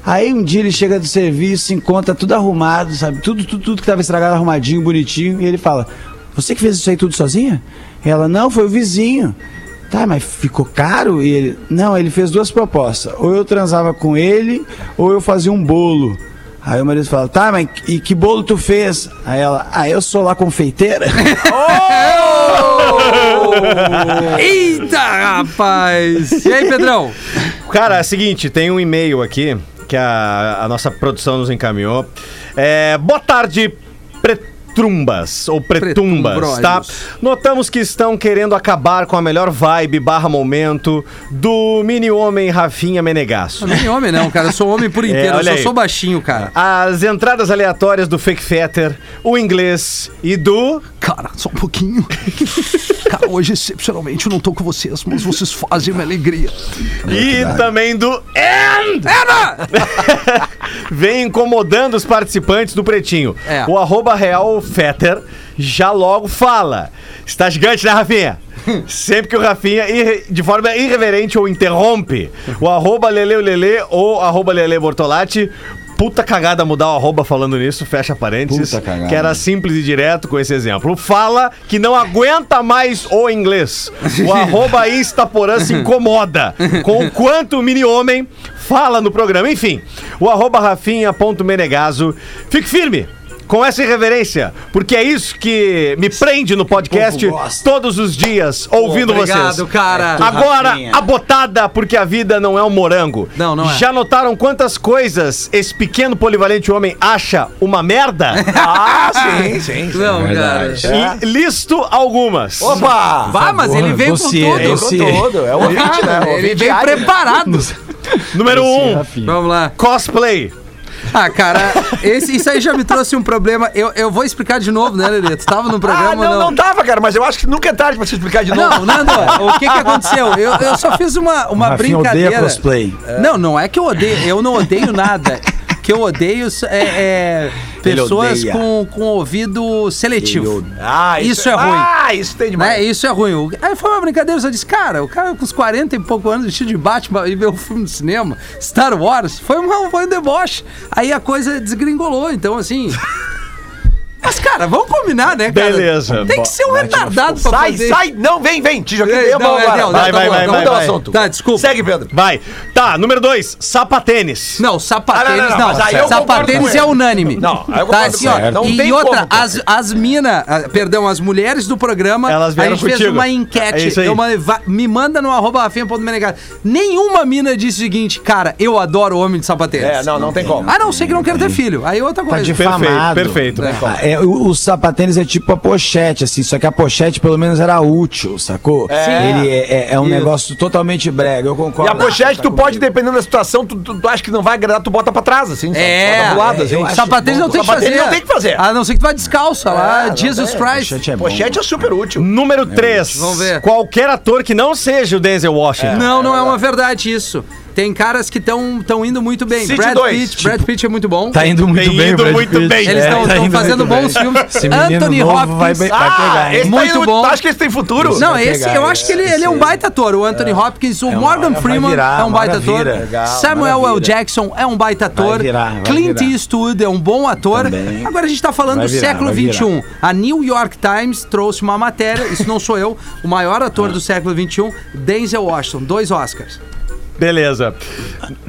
Aí um dia ele chega do serviço, encontra tudo arrumado, sabe? Tudo, tudo, tudo que tava estragado, arrumadinho, bonitinho. E ele fala: Você que fez isso aí tudo sozinha? Ela: Não, foi o vizinho. Tá, mas ficou caro? E ele. Não, ele fez duas propostas. Ou eu transava com ele, ou eu fazia um bolo. Aí o marido fala, tá, mas e que bolo tu fez? Aí ela, ah, eu sou lá confeiteira. Eita, rapaz. E aí, Pedrão? Cara, é o seguinte, tem um e-mail aqui que a, a nossa produção nos encaminhou. É, boa tarde, pretinhos pretumbas ou pretumbas, tá? Pretumbrosos. Notamos que estão querendo acabar com a melhor vibe barra momento do mini-homem Rafinha Menegasso. Eu não sou homem, não, cara. Eu sou homem por É, inteiro. eu olha só aí. sou baixinho, cara. As entradas aleatórias do Fake Fetter, o inglês e do... Cara, só um pouquinho. Cara, hoje excepcionalmente eu não tô com vocês, mas vocês fazem uma alegria. E também do AND! É, Vem incomodando os participantes do Pretinho. É. O arroba real Fetter já logo fala. Está gigante, né, Rafinha? Sempre que o Rafinha, irre- de forma irreverente ou interrompe, o arroba leleulele ou arroba lele bortolatti Puta cagada mudar o arroba falando nisso, fecha parênteses. Puta cagada. Que era simples e direto com esse exemplo. Fala que não aguenta mais o inglês. O arroba Instaporã se incomoda com o quanto o mini-homem fala no programa. Enfim, o arroba Rafinha.menegaso. Fique firme! Com essa irreverência, porque é isso que me prende no podcast povo gosta. todos os dias, ouvindo Obrigado, vocês. cara. Agora, Rafinha. a botada, porque a vida não é um morango. Não, não é. Já notaram quantas coisas esse pequeno polivalente homem acha uma merda? ah, Sim, sim. sim. Não, cara. Verdade. E listo algumas. Opa! Vá, mas ele veio com você, tudo. esse- Ficou todo, é um ouvinte, é né? Um Ele ouvinte veio águia. preparado. Número um, Vamos lá. cosplay. Ah, cara, esse- isso aí já me trouxe um problema. Eu, eu vou explicar de novo, né, Lelê? Tu tava no programa Ah, ou não, não tava, cara, mas eu acho que nunca é tarde pra você explicar de novo. Não, Nando, o que que aconteceu? Eu, eu só fiz uma, uma Rafinha odeia brincadeira. cosplay. Não, não é que eu odeio, eu não odeio nada. O que eu odeio é, é pessoas odeia. com, com ouvido seletivo. Ah, Isso é ruim. Ah, isso tem demais. Né? Isso é ruim. O- Aí foi uma brincadeira, eu só disse, cara, o cara com os 40 e pouco anos vestido de Batman e ver um filme de cinema, Star Wars, foi, uma, foi um deboche. Aí a coisa desgringolou, então assim. Mas, cara, vamos combinar, né, cara? Beleza. Tem que ser um retardado pra Sai, fazer. sai! Não, vem, vem! Te joguei, Ei, dei a não, mão é, não, agora. não, Vai, vai, bom, vai, bom, vai, Muda o vai. assunto. Tá, desculpa. Segue, Pedro. Vai. Tá, número dois, sapatênis. Não, sapatênis Ah, não, não, não. não, mas aí eu sapatênis concordo com é ele. unânime. Não, aí eu tá, concordo assim, com ó. ele. Não e tem outra, como, cara. as, as minas, perdão, as mulheres do programa, Elas a vieram gente fez contigo. uma É enquete. isso aí. eu mandei, va- me manda no arroba rafinha.menegato. Nenhuma mina disse o seguinte, cara, eu adoro homem de sapatênis. É, não, Uhum. Tá não tem como. Ah, não, sei que não quero ter filho. Aí é outra coisa. difamado. Perfeito, perfeito. né, Ah, é, o, o sapatênis é tipo a pochete, assim, só que a pochete pelo menos era útil, sacou? Ele é, é- é um Isso. negócio totalmente brega, eu E concordo. Tá a tá pochete, tu pode, dependendo da situação, tu, tu, tu acha que não vai agradar, tu bota pra trás, assim. sabe? É, Bota pro lado, assim. eu é, acho sapatênis bom. não tem que Sapatênis fazer. não tem que fazer. A não ser que tu vá descalça lá, É, não Jesus tem. Christ. Pochete Ah, é bom. Pochete é super Hum, útil. Número três. Vamos ver. Qualquer ator que não seja o Denzel Washington. Não, não é uma verdade isso. Tem caras que estão indo muito bem. City Brad dois, Pitt, tipo- Brad Pitt é muito bom. Tá indo muito Tem bem, ido Brad muito Pitt. bem. Eles É, estão tá indo fazendo muito bons bem. filmes. Esse menino Anthony novo Hopkins. vai bem- vai pegar, hein? Ah, esse Muito tá indo- bom. Tu acha que esse tem futuro? Não, vai esse pegar, eu acho que ele, esse ele é um aí. baita ator. O Anthony Hopkins, o É uma- Morgan vai Freeman virar, é um baita ator. maravilha. Legal, Samuel L. maravilha. Jackson é um baita ator. Vai virar, vai Clint virar. Eastwood é um bom ator. Também. Agora a gente tá falando Vai do virar, século vai virar. XXI. A New York Times trouxe uma matéria, isso não sou eu, o maior ator do século XXI, Denzel Washington. Dois Oscars. Beleza.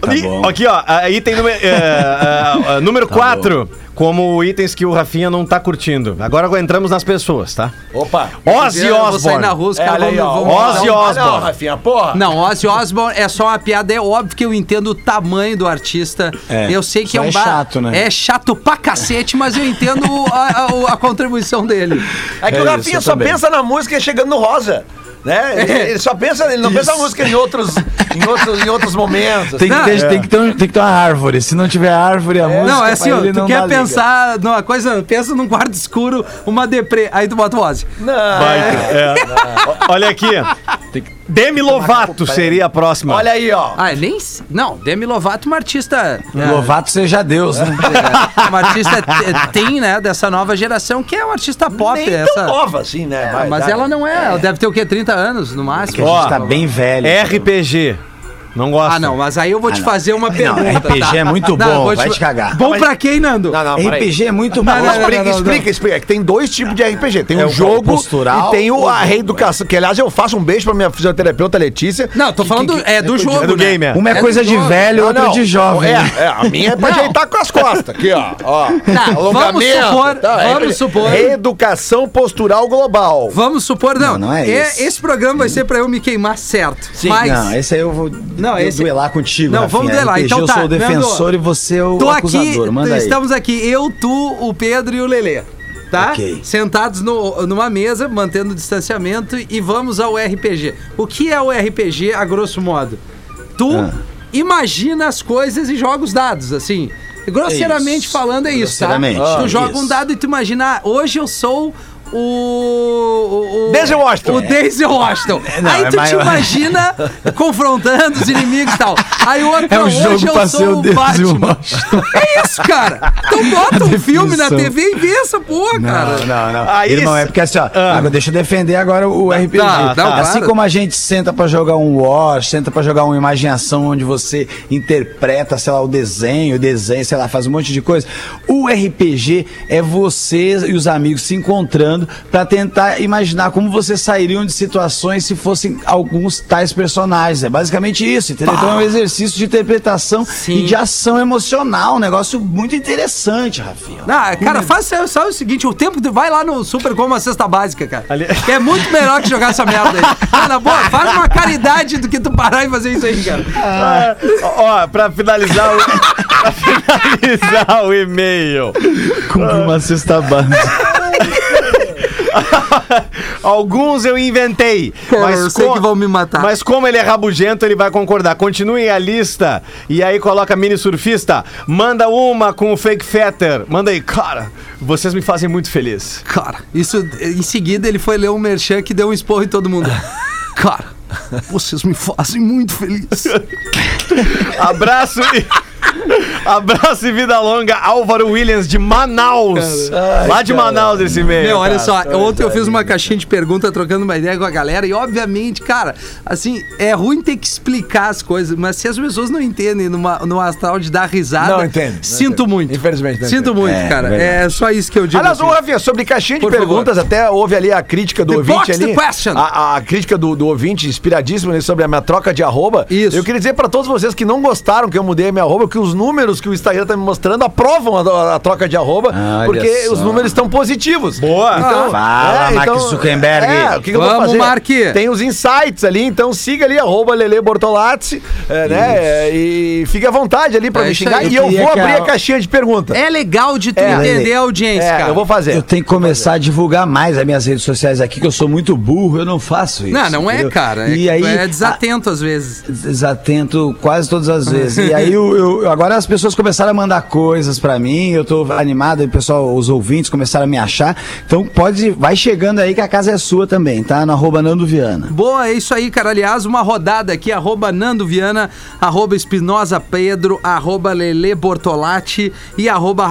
Tá E- bom. Aqui, ó, a- item número, é, é, é, número 4, como itens que o Rafinha não tá curtindo. Agora entramos nas pessoas, tá? Opa. Ozzy Eu vou sair Osbourne. na rua, os É, caras olha aí, vão- ó. vão- Ozzy vão- Ah, Não, Osbourne. Rafinha, porra. Não, Ozzy Osbourne é só uma piada. É óbvio que eu entendo o tamanho do artista. É, eu sei que é só um é ba- chato, né? É chato pra cacete, mas eu entendo a, a- a contribuição dele. É que É o isso, Rafinha eu só também. pensa na música chegando no rosa. Né? Ele, ele só pensa, ele não pensa na música em outros, em outros, em outros momentos. assim, Tem que, Não, ter, é. tem, que ter, um- tem que ter uma árvore. Se não tiver árvore, a música. não, é assim, pra ó, ele tu não quer dá liga. pensar numa coisa, pensa num quarto escuro, uma deprê. Aí tu bota o Ozzy. Não. Vai, é. O- Olha aqui. Demi Lovato seria a próxima. Olha aí, ó. Ah, nem. s- Não, Demi Lovato, é uma artista. Um Louvado seja Deus, né? é, uma artista te- tem, né, dessa nova geração, que é uma artista pop. Nem essa, tão nova assim, né? Vai, mas dá. ela não é, ela deve ter o quê? 30 anos no máximo. Que a Ó, gente tá bem velho. RPG. Não gosto. Ah, não, mas aí eu vou te fazer uma Não, pergunta. tá? RPG é muito Não, bom, vou vai te cagar. Bom pra quem, Nando? Não, não, peraí. RPG é muito bom. Não, não, não, explica, explica, explica. É que tem dois tipos de RPG. Tem É um o jogo postural e tem o, ou a jogo, reeducação. Que, aliás, eu faço um beijo pra minha fisioterapeuta Letícia. Não, tô Que- falando que- que- é do jogo, É do né? game, é. Uma é, É coisa do de jovem. velho, Não, outra não. de jovem. É, é, a minha é pra ajeitar com as costas. Aqui, ó. ó Tá, vamos supor, tá, é vamos supor. Reeducação postural global. Vamos supor, não. Não, não é isso. Esse programa vai ser pra eu me queimar certo. Sim, mas Não, esse aí eu vou Não, du- esse- duelar contigo. Não, vamos Rafinha. duelar, RPG, então eu tá, sou o Nando, defensor e você é o tô aqui, acusador. Manda aí. estamos aqui, eu, tu, o Pedro e o Lelê. tá? Ok. Sentados no- numa mesa, mantendo o distanciamento e vamos ao RPG. O que é o RPG, a grosso modo? Tu Ah. imagina as coisas e joga os dados, assim. Grosseiramente isso. falando é isso, tá? Grosseiramente. tu Ah, joga isso. um dado e tu imagina, ah, hoje eu sou o... o, o Denzel Washington. O Denzel Washington. Não, Aí é tu te maior. confrontina, confrontando os inimigos e tal. Aí o outro, É um hoje jogo pra eu ser sou o o Deus e o Batman. É isso, cara. Então bota um filme na definição. TV e vê essa porra, cara. Ah, Não, não. Aí Irmão, se- é porque assim, ó. agora deixa eu defender agora o RPG. tá, tá, assim claro. como a gente senta pra jogar um War, senta pra jogar uma imaginação onde você interpreta, sei lá, o desenho, o desenho, sei lá, faz um monte de coisa. O RPG é você e os amigos se encontrando pra tentar imaginar como vocês sairiam de situações se fossem alguns tais personagens. É basicamente isso, entendeu? Então é um exercício de interpretação Sim. e de ação emocional. Um negócio muito interessante, Rafinha. Ah, cara, faz sabe o seguinte, o tempo que tu vai lá no Super como a cesta básica, cara. Ali- Que é muito melhor que jogar essa merda aí. Ah, na boa, faz uma caridade do que tu parar e fazer isso aí, cara. Ah, ó, pra finalizar o. pra finalizar o e-mail. Cumpre uma cesta básica. Alguns eu inventei. Cara, eu sei que vão me matar. Mas como ele é rabugento, ele vai concordar. Continuem a lista. E aí coloca mini surfista. Manda uma com o fake fetter. Manda aí, cara. Vocês me fazem muito feliz. Cara, isso em seguida ele foi ler um merchan que deu um esporro em todo mundo. Cara, Vocês me fazem muito feliz. Abraço e. Abraço e vida longa, Álvaro Williams de Manaus. Lá de Manaus esse e-mail. É, Meu, olha tá, cara. só, ontem eu fiz uma caixinha de pergunta trocando uma ideia com a galera e, obviamente, cara, assim, é ruim ter que explicar as coisas, mas se as pessoas não entendem numa, no astral de dar risada, Não entende, não sinto entende. muito. Infelizmente, não Sinto entende. muito, É, cara. verdade. É só isso que eu digo. Aliás, assim. ô, Rafinha, sobre caixinha de Por perguntas, até houve ali a crítica do The ouvinte box, ali. the question. A, a crítica do, do ouvinte, inspiradíssima ali sobre a minha troca de arroba. Isso. Eu queria dizer pra todos vocês que não gostaram que eu mudei a minha arroba, que os números que o Instagram tá me mostrando aprovam a, a troca de arroba, Olha porque só. os números estão positivos. Boa. Então, Fala, Mark Zuckerberg. É, o que, que eu vou Vamos, fazer? Mark. Tem os insights ali, então siga ali, arroba Lele Bortolatti, é, né? E fique à vontade ali pra É me isso xingar. aí. e Eu eu queria vou que abrir a- a caixinha de pergunta. É legal de tu É. entender a audiência, É, cara. eu vou fazer. Eu tenho que começar a divulgar mais as minhas redes sociais aqui, que eu sou muito burro, eu não faço isso. Não, não é, entendeu? cara. É, E que tu aí, é desatento às vezes. desatento quase todas as vezes. E aí eu, eu- agora as pessoas começaram a mandar coisas pra mim, eu tô animado, e o pessoal, os ouvintes começaram a me achar. Então pode, vai chegando aí que a casa é sua também, tá? No arroba Nando Viana. Boa, é isso aí, cara. Aliás, uma rodada aqui, arroba Nando Viana, arroba Espinosa Pedro, arroba Lele Bortolatti e arroba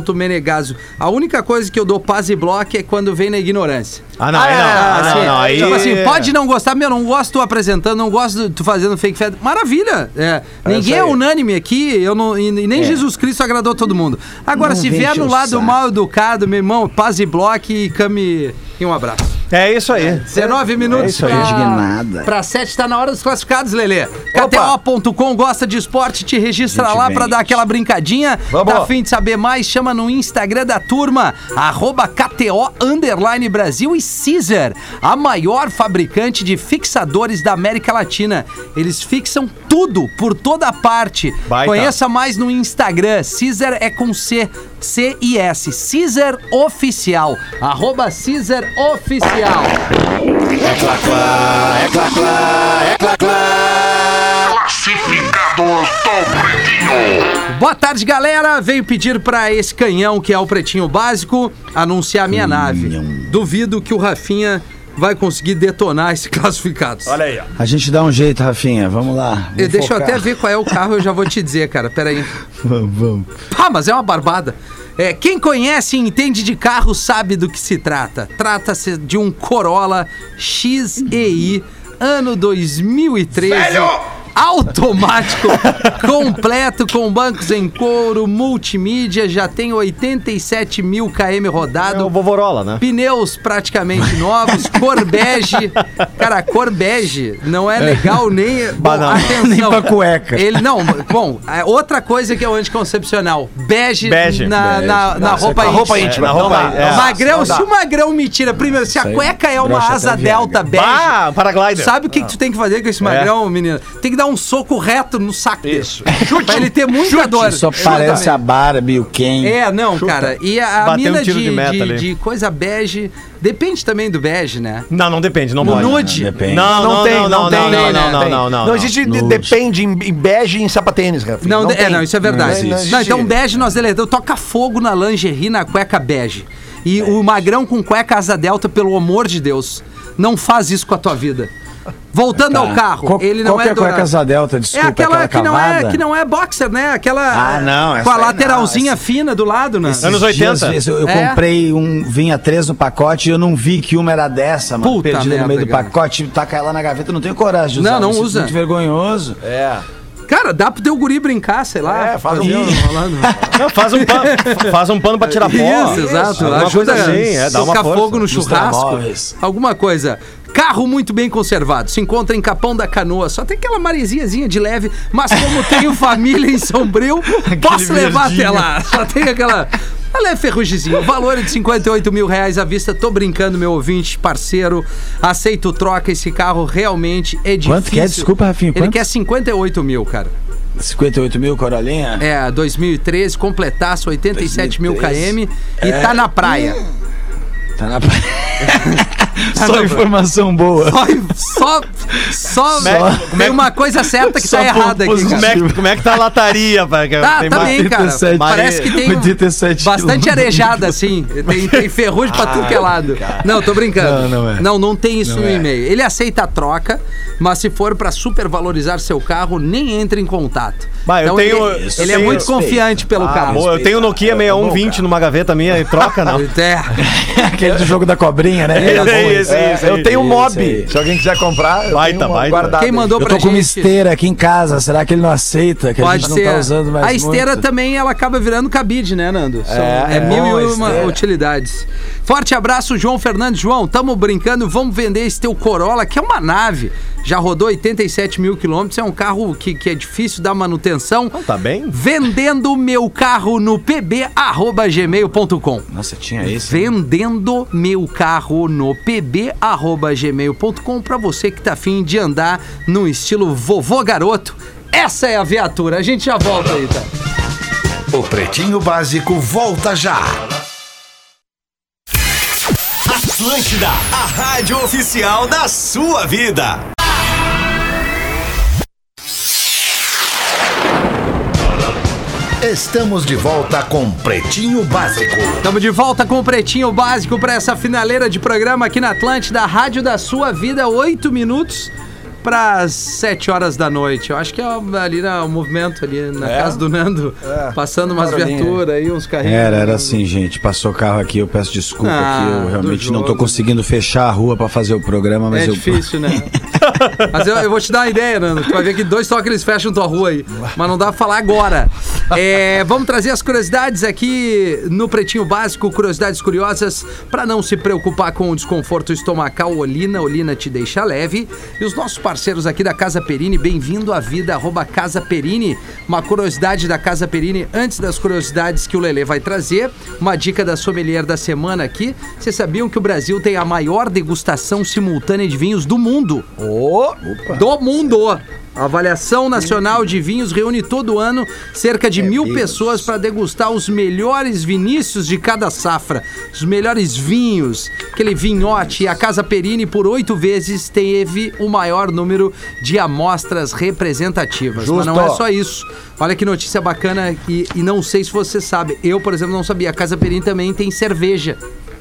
Rafinha.menegaso. A única coisa que eu dou paz e bloco é quando vem na ignorância. Ah, não, aí não. Ah, Ah, não, assim, não, aí- Tipo assim, pode não gostar, meu, não gosto tu apresentando, não gosto tu fazendo fake fed. Maravilha! é. Ninguém é unânime aqui, eu não, e, e nem É. Jesus Cristo agradou todo mundo. Agora, Não se vem vier encher no o lado saco. mal educado, meu irmão, paz e bloco e came e um abraço. É isso aí. 19 minutos. É isso aí. pra- Indignada. Pra 7, tá na hora dos classificados, Lelê. KTO.com gosta de esporte, te registra Gente, lá bem. pra dar aquela brincadinha. Vamos. Tá afim de saber mais? Chama no Instagram da turma, arroba KTO Underline Brasil e Caesar, a maior fabricante de fixadores da América Latina. Eles fixam tudo, por toda parte. Baita. Conheça mais no Instagram, Caesar é com C, C e S, Caesar Oficial, arroba Caesar Oficial. Boa tarde, galera. Venho pedir pra esse canhão que é o Pretinho Básico anunciar minha nave. Duvido que o Rafinha vai conseguir detonar esse classificados. Olha aí. A gente dá um jeito, Rafinha, vamos lá. vamos deixa eu focar. até ver qual é o carro, eu já vou te dizer, cara. Pera aí. Vamos, vamos. Pá, mas é uma barbada. É, quem conhece e entende de carro sabe do que se trata. Trata-se de um Corolla XEI, ano 2013. Automático, completo, com bancos em couro, multimídia, já tem 87 mil km É o rodado, Vovorola, né? pneus praticamente novos, cor bege. Cara, cor bege não é legal nem. Bom, não. atenção. Nem pra cueca. Ele não. Bom, é outra coisa que é o anticoncepcional: bege, Bege. na, na- na roupa a roupa íntima. íntima. É, na roupa- não dá, é. não dá. Magrão, se o magrão me tira, primeiro, se a aí cueca é uma brocha asa até Viagra. delta bege. Bah, paraglider. Sabe o que, que tu tem que fazer com esse magrão, menino? Tem que dar um soco reto no saco Isso. dele. Chute. Pra ele ter muita dor. Só Chuta parece mesmo. a Barbie, o Ken. É, não, Chuta. cara. E a, a Bateu um mina tiro de, de meta de- ali. de coisa bege. Depende também do bege, né? Não, não depende, não No pode. nude. Depende. Não, não, tem, não, não, tem, não, não, não, não, não. Não existe, de- Nude. depende, em em bege e em sapatênis, Rafinha. Não, é, tem. não, isso é verdade. Não, Não, não existe. então bege nós deletamos. Toca fogo na lingerie, na cueca bege. E o magrão com cueca asa delta, pelo amor de Deus, não faz isso com a tua vida. Voltando ao carro, Tá. Qual- ele não qual é que é a dourado. cueca asa delta? Desculpa, é aquela, aquela que não é cavada? que não é boxer, né? Aquela Ah, não, com essa a aí não, lateralzinha fina do lado, né? Esses Anos dias, 80. esse- eu É. comprei um, vinha três no pacote e eu não vi que uma era dessa, mano. Puta Perdida merda, no meio do cara. pacote, taca ela na gaveta, eu não tenho coragem de usar. Não, não me sinto usa. Muito vergonhoso. Cara, dá pro teu guri brincar, sei lá. É, faz um- Fazer Ah, rolando. Não, faz um pano, faz um pano pra tirar pó. Isso, exato. Alguma Ajuda coisa assim, é, dá uma socar força. fogo no churrasco. telemóveis. Alguma coisa. Carro muito bem conservado. Se encontra em Capão da Canoa. Só tem aquela maresiazinha de leve, mas como tenho família em Sombrio, posso levar até lá. Só tem aquela. Ela é ferrugizinha. O valor é de 58 mil reais à vista. Tô brincando, meu ouvinte, parceiro. Aceito troca. Esse carro realmente é difícil. Quanto que é? Desculpa, Rafinha, Ele quanto? quer 58 mil, cara. 58 mil, Corolinha. É, 2013, completaço, 87 mil 2013. km e tá na praia. Tá na Tá Só informação boa. Só, só, é- só tem uma coisa certa que só tá errada aqui, ponto Como é, cara. que- como é que tá a lataria, pai? Tá, tá bem, cara. 87. Parece que tem 87 bastante quilômetros. Ah, arejada, assim. Tem, tem ferrugem pra tudo que é lado. Não, tô brincando. Não, não é. não, não tem isso Não no é. e-mail. Ele aceita a troca, mas se for pra supervalorizar seu carro, nem entre em contato. Bah, eu tenho- ele, eu ele é tenho- muito confiante pelo Ah, carro. Amor, eu tenho o Nokia 6120 numa gaveta minha e troca, não. É. Aquele do jogo da cobrinha, né? É, Era bom é, isso. é, É, eu tenho um Isso mob. aí. Se alguém quiser comprar, eu Baita, tenho um mob baita. guardado. Quem aí. mandou Tá, Eu pra tô com uma gente? esteira aqui em casa, será que ele não aceita? Que a gente não tá usando mais a esteira tá- muito? também ela acaba virando cabide, né, Nando? São- é, é mil bom e a uma esteira. utilidades. Forte abraço, João Fernandes. João, tamo brincando, vamos vender esse teu Corolla, que é uma nave. Já rodou 87 mil quilômetros, é um carro que, que é difícil da manutenção. Então Tá bem? Vendendo meu carro no pb.gmail.com. Nossa, tinha esse. Vendendo meu carro no pb.gmail.com pra você que tá afim de andar no estilo vovô garoto. Essa é a viatura. A gente já volta aí, tá? O Pretinho Básico volta já. Atlântida, a rádio oficial da sua vida. Estamos de volta com Pretinho Básico. Estamos de volta com o Pretinho Básico pra essa finaleira de programa aqui na Atlântida, a Rádio da Sua Vida, 8 minutos para 7 horas da noite. Eu acho que é ali na, o movimento ali na casa do Nando, passando umas viaturas aí, uns carrinhos. Era, era assim, gente. Passou carro aqui, eu peço desculpa Ah, que eu realmente do não tô jogo. conseguindo fechar a rua pra fazer o programa, mas É eu. difícil, né? Mas eu, eu vou te dar uma ideia, Nando. Tu vai ver que dois toques eles fecham tua rua aí. Mas não dá pra falar agora. É, vamos trazer as curiosidades aqui no Pretinho Básico, curiosidades curiosas, pra não se preocupar com o desconforto estomacal. Olina, Olina te deixa leve. E os nossos parceiros aqui da Casa Perini, bem-vindo à vida, arroba Casa Perini. Uma curiosidade da Casa Perini, antes das curiosidades que o Lelê vai trazer, uma dica da sommelier da semana aqui. Vocês sabiam que o Brasil tem a maior degustação simultânea de vinhos do mundo? do mundo. A avaliação nacional de vinhos reúne todo ano cerca de mil pessoas para degustar os melhores vinícios de cada safra, os melhores vinhos, aquele vinhote. E a Casa Perini, por oito vezes, teve o maior número de amostras representativas. Mas não é só isso. Olha que notícia bacana e, e não sei se você sabe. Eu, por exemplo, não sabia. A Casa Perini também tem cerveja.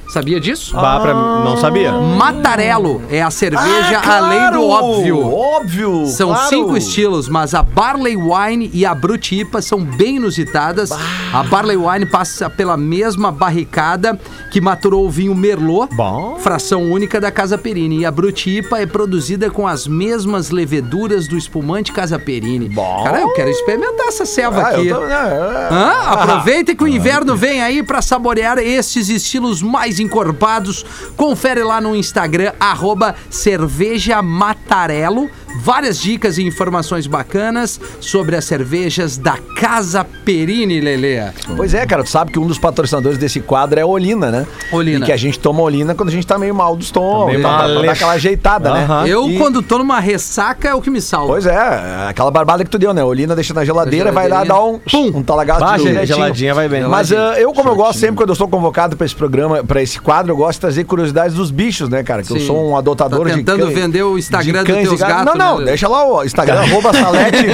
Sabia disso? Ah. Bah, pra mim, não sabia. Matarello é a cerveja Ah, além do óbvio. Óbvio. São claro. cinco estilos, mas a Barley Wine e a Brut IPA são bem inusitadas. A Barley Wine passa pela mesma barricada que maturou o vinho Merlot, Bom. fração única da Casa Perini. E a Brut IPA é produzida com as mesmas leveduras do espumante Casa Perini. Cara, eu quero experimentar essa selva Ah, aqui. eu tô, né, é. Hã? Aproveita que o inverno vem aí pra saborear esses estilos mais encorpados. Confere lá no Instagram, arroba cerveja Matarello, várias dicas e informações bacanas sobre as cervejas da Casa Perini, Lelê. Pois é, cara, tu sabe que um dos patrocinadores desse quadro é a Olina, né? Olina. E que a gente toma Olina quando a gente tá meio mal dos tons, meio pra, pra malecho. dar aquela ajeitada, Aham. né? Eu, E- quando tô numa ressaca, é o que me salva. Pois é, aquela barbada que tu deu, né? Olina deixa na geladeira, vai lá dar um, Pum. um talagaço Bah, de geladinha direitinho. vai bem. Mas Geladinha. ah, eu, como eu gosto sempre, quando eu sou convocado pra esse programa, pra esse quadro, eu gosto de trazer curiosidades dos bichos, né, cara? Que eu Sim. sou um adotador Tá de tentando cães- vender o Instagram de dos cães e teus gatos. gatos, Não, não, né? deixa lá o Instagram, arroba salete.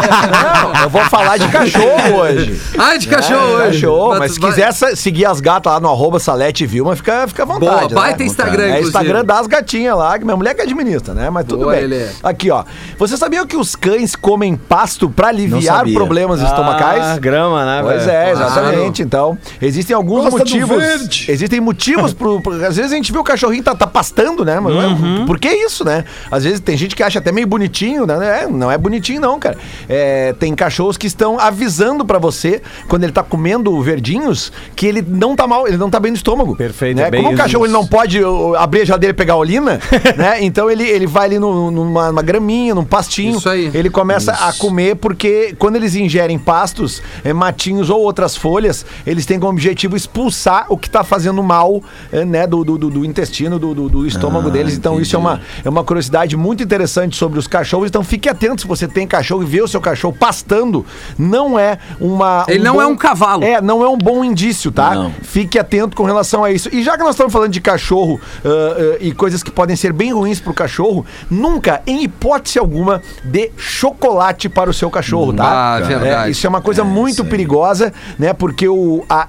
não, eu vou falar de cachorro hoje. Ah, de cachorro É, hoje. Cachorro, mas, se vai- quiser sa- seguir as gatas lá no arroba Salete Vilma, fica, fica à vontade. Boa, baita né? Instagram, É inclusive. Instagram das gatinhas lá, que minha mulher que administra, né? Mas tudo Boa, bem. Lelê. Aqui, ó. Você sabia que os cães comem pasto pra aliviar sabia. problemas Ah, estomacais? grama, né? Pois velho? é, exatamente. Então, existem alguns Gosta do motivos. verde. Existem motivos pro, pro- Às vezes a gente vê o cachorrinho tá, tá pastando, né? Mas não Uhum. é, por que isso, né? Às vezes tem gente que acha até meio bonitinho, né? É, não é bonitinho, não, cara. É, tem cachorros que estão avisando pra você, quando ele tá comendo verdinhos, que ele não tá mal, ele não tá bem no estômago. Perfeito, é Né? bem Como o isso. cachorro ele não pode uh, abrir a geladeira e pegar a olina, né? Então ele, ele vai ali no- numa, numa graminha, num pastinho. Isso aí. Ele começa a comer porque quando eles ingerem pastos, eh, matinhos ou outras folhas, eles têm como objetivo expulsar o que está fazendo mal eh, né, do, do, do- do intestino, do, do- do estômago deles. Então isso é uma, é uma curiosidade muito interessante sobre os cachorros. Então fique atento se você tem cachorro e vê o seu cachorro pastando. Não é uma... Ele não é um cavalo. É, não é um bom indício, tá? Não. Fique atento com relação a isso. E já que nós estamos falando de cachorro ah, ah, e coisas que podem ser bem ruins pro cachorro, nunca, em hipótese alguma, dê chocolate para o seu cachorro, tá? Ah, verdade. É, isso é uma coisa muito perigosa, né? Porque o, a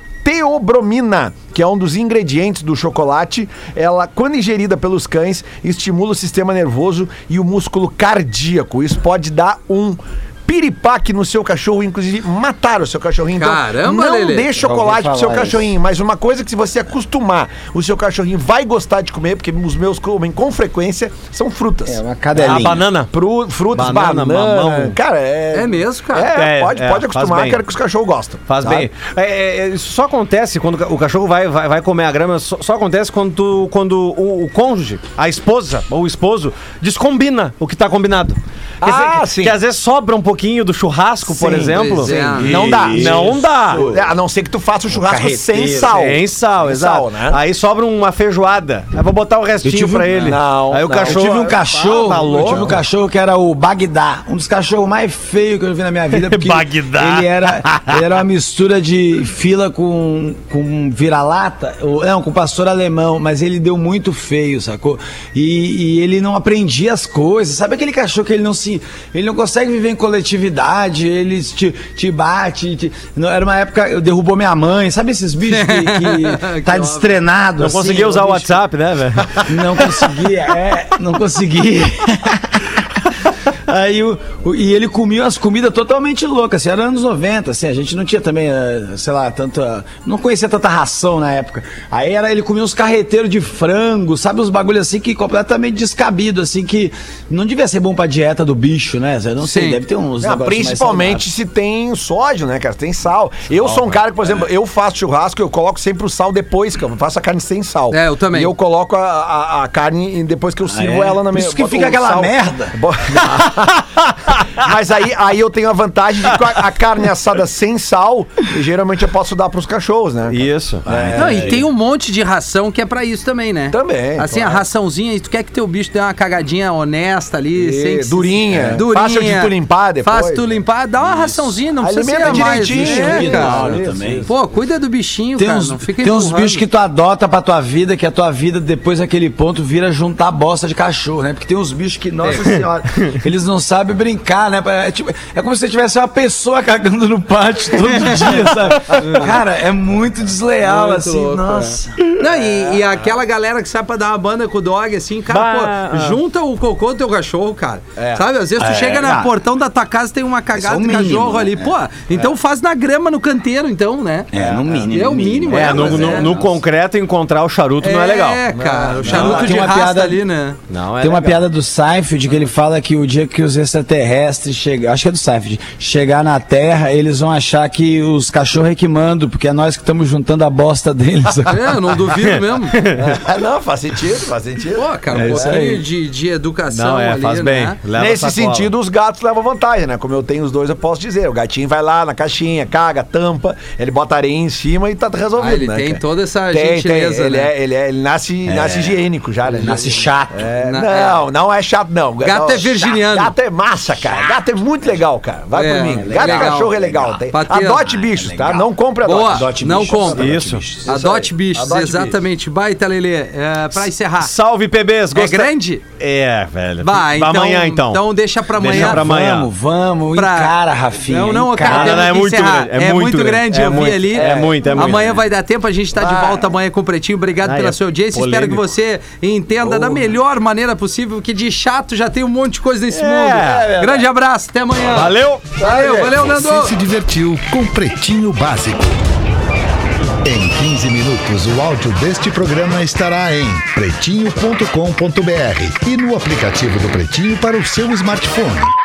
teobromina, que é um dos ingredientes do chocolate, ela, quando ingerida pelos cães, estimula o sistema nervoso e o músculo cardíaco. Isso pode dar um piripaque no seu cachorro, inclusive matar o seu cachorrinho. Então, Caramba, não Lelê. dê chocolate pro seu falar cachorrinho, mas uma coisa que se você acostumar, o seu cachorrinho vai gostar de comer, porque os meus comem com frequência, são frutas. É uma A cadelinha. banana. Pro- frutas, banana, Banana, mamão. Cara, é. É mesmo, cara? É, É, pode, é, pode faz acostumar, bem. cara, que os cachorros gostam. tá? Faz sabe? bem. É, é, isso só acontece quando o cachorro vai, vai, vai comer a grama, só, só acontece quando, tu- quando o, o cônjuge, a esposa ou o esposo, descombina o que tá combinado. Quer Ah, dizer, que- sim. Que às vezes sobra um pouquinho do churrasco, por Sim, exemplo. sim. Não dá. Não dá. É, a não ser que tu faça o churrasco sem sal. Sem sal, Sem exato. sal, né? Aí sobra uma feijoada. Aí vou botar o Eu restinho tive um- pra ele. Não, Aí o não. cachorro. Eu tive um Ah, cachorro, tá eu louco. tive um cachorro que era o Bagdá, um dos cachorros mais feios que eu vi na minha vida. Porque Bagdá. Ele era, ele era uma mistura de fila com, com vira-lata, ou- não, com pastor alemão, mas ele deu muito feio, sacou? E, e ele não aprendia as coisas. Sabe aquele cachorro que ele não se. Ele não consegue viver em coletividade, ele te, te bate. te- não, era uma época, eu derrubou minha mãe, sabe esses bichos que, que tá Que destrenado? Não assim, conseguia usar um o bicho- WhatsApp, né, velho? não consegui, é, não consegui. Aí o, o- e ele comia umas comidas totalmente loucas, assim, era anos 90, assim, a gente não tinha também, eh, sei lá, tanta, não conhecia tanta ração na época. Aí era ele comia uns carreteiros de frango, sabe uns bagulhos assim que completamente descabido, assim que não devia ser bom pra dieta do bicho, né? Eu não Sim. sei, deve ter uns Ah, negócios mais né? É. principalmente se tem sódio, né, cara? Se Tem sal. eu sou um cara que, por exemplo, eu faço churrasco, eu coloco sempre o sal depois, que eu faço a carne sem sal. É, eu também. E eu coloco a, a, a carne e depois que eu sirvo é? ela na Por minha isso que boto fica o aquela merda. Bo- Mas aí, aí eu tenho a vantagem de que a, a carne assada sem sal, geralmente eu posso dar pros cachorros, né? Isso. É. Não, e tem um monte de ração que é pra isso também, né? Também, Assim, É, claro. a raçãozinha, e tu quer que teu bicho dê uma cagadinha honesta ali, E sem. durinha, É. fácil de tu limpar depois, Fácil de tu né? limpar, dá uma raçãozinha, não precisa Alimenta ser mais. direitinho. né, saudáveis. cara? Ignora Isso, é também. Pô, cuida do bichinho, Tem cara. uns, não fica tem uns empurrando. bichos que tu adota pra tua vida, que a tua vida, depois daquele ponto, vira juntar bosta de cachorro, né? Porque tem uns bichos que, É. nossa senhora, eles não sabem brincar, né? É, tipo- é como se tivesse uma pessoa cagando no pátio todo dia, sabe? Cara, é muito desleal, Muito assim, louco, né? nossa. Não, e, e aquela galera que sai pra dar uma banda com o dog, assim, cara, Bah, pô, ah. junta o cocô do teu cachorro, cara. Sabe? Às vezes tu É, chega no cara. portão da tua casa e tem uma cagada é o de mínimo, cachorro ali. né? Pô, então faz na grama no canteiro, então, né? É, no mínimo. É o mínimo, É, É, no, mas no- é, no nossa. concreto encontrar o charuto não é legal. É, cara. O não, charuto tem de uma rasta piada- ali, né? Não é Tem uma legal. piada do Seinfeld que ele fala que o dia que os extraterrestres chegar, acho que é do Seinfeld, chegar na Terra, eles vão achar que os cachorros é que mandam, porque é nós que estamos juntando a bosta deles. É, eu não ouvido mesmo. Ah, não, faz sentido, faz sentido. Pô, cara, um É isso pouquinho aí. de, de educação Não, é, ali, faz bem. né? Leva Nesse a sacola. sentido, os gatos levam vantagem, né? Como eu tenho os dois, eu posso dizer. O gatinho vai lá na caixinha, caga, tampa, ele bota areia em cima e tá resolvido. Ah, ele né, tem cara? toda essa Tem, tem. gentileza, Ele, né? é, ele, é, ele nasce, nasce higiênico já, né? Nasce chato. É, Na- não, não é chato, não. Gato Não, é virginiano. Gato é massa, cara. Gato é muito legal, cara. Vai É, por mim. é legal, Gato e cachorro é legal. legal. Tem- Pateta. Adote bichos, tá? Não compre Boa, adote. não bichos, compra. adote Isso. bichos. Adote bichos, Adote bichos. exatamente. Baita, Lelê. É, pra encerrar. Salve, PBs. É grande? É, velho. Vai, então, Amanhã, então. Então deixa pra amanhã. Deixa pra amanhã. Vamos, vamos, Pra- encara, Rafinha. Não, não, encara. cara, Não, não, temos que é muito encerrar. grande, é É muito muito grande, grande, é eu vi muito, ali. é muito, é muito. Amanhã vai dar tempo, a gente tá de volta amanhã com o Pretinho. Obrigado Ah, pela é sua audiência. Espero que polêmico. você entenda da melhor maneira possível, que de chato já tem um monte de coisa nesse É, mundo. é grande abraço, até amanhã. Valeu! valeu, valeu Nando. Você se divertiu com Pretinho Básico. Em 15 minutos, o áudio deste programa estará em pretinho.com.br e no aplicativo do Pretinho para o seu smartphone.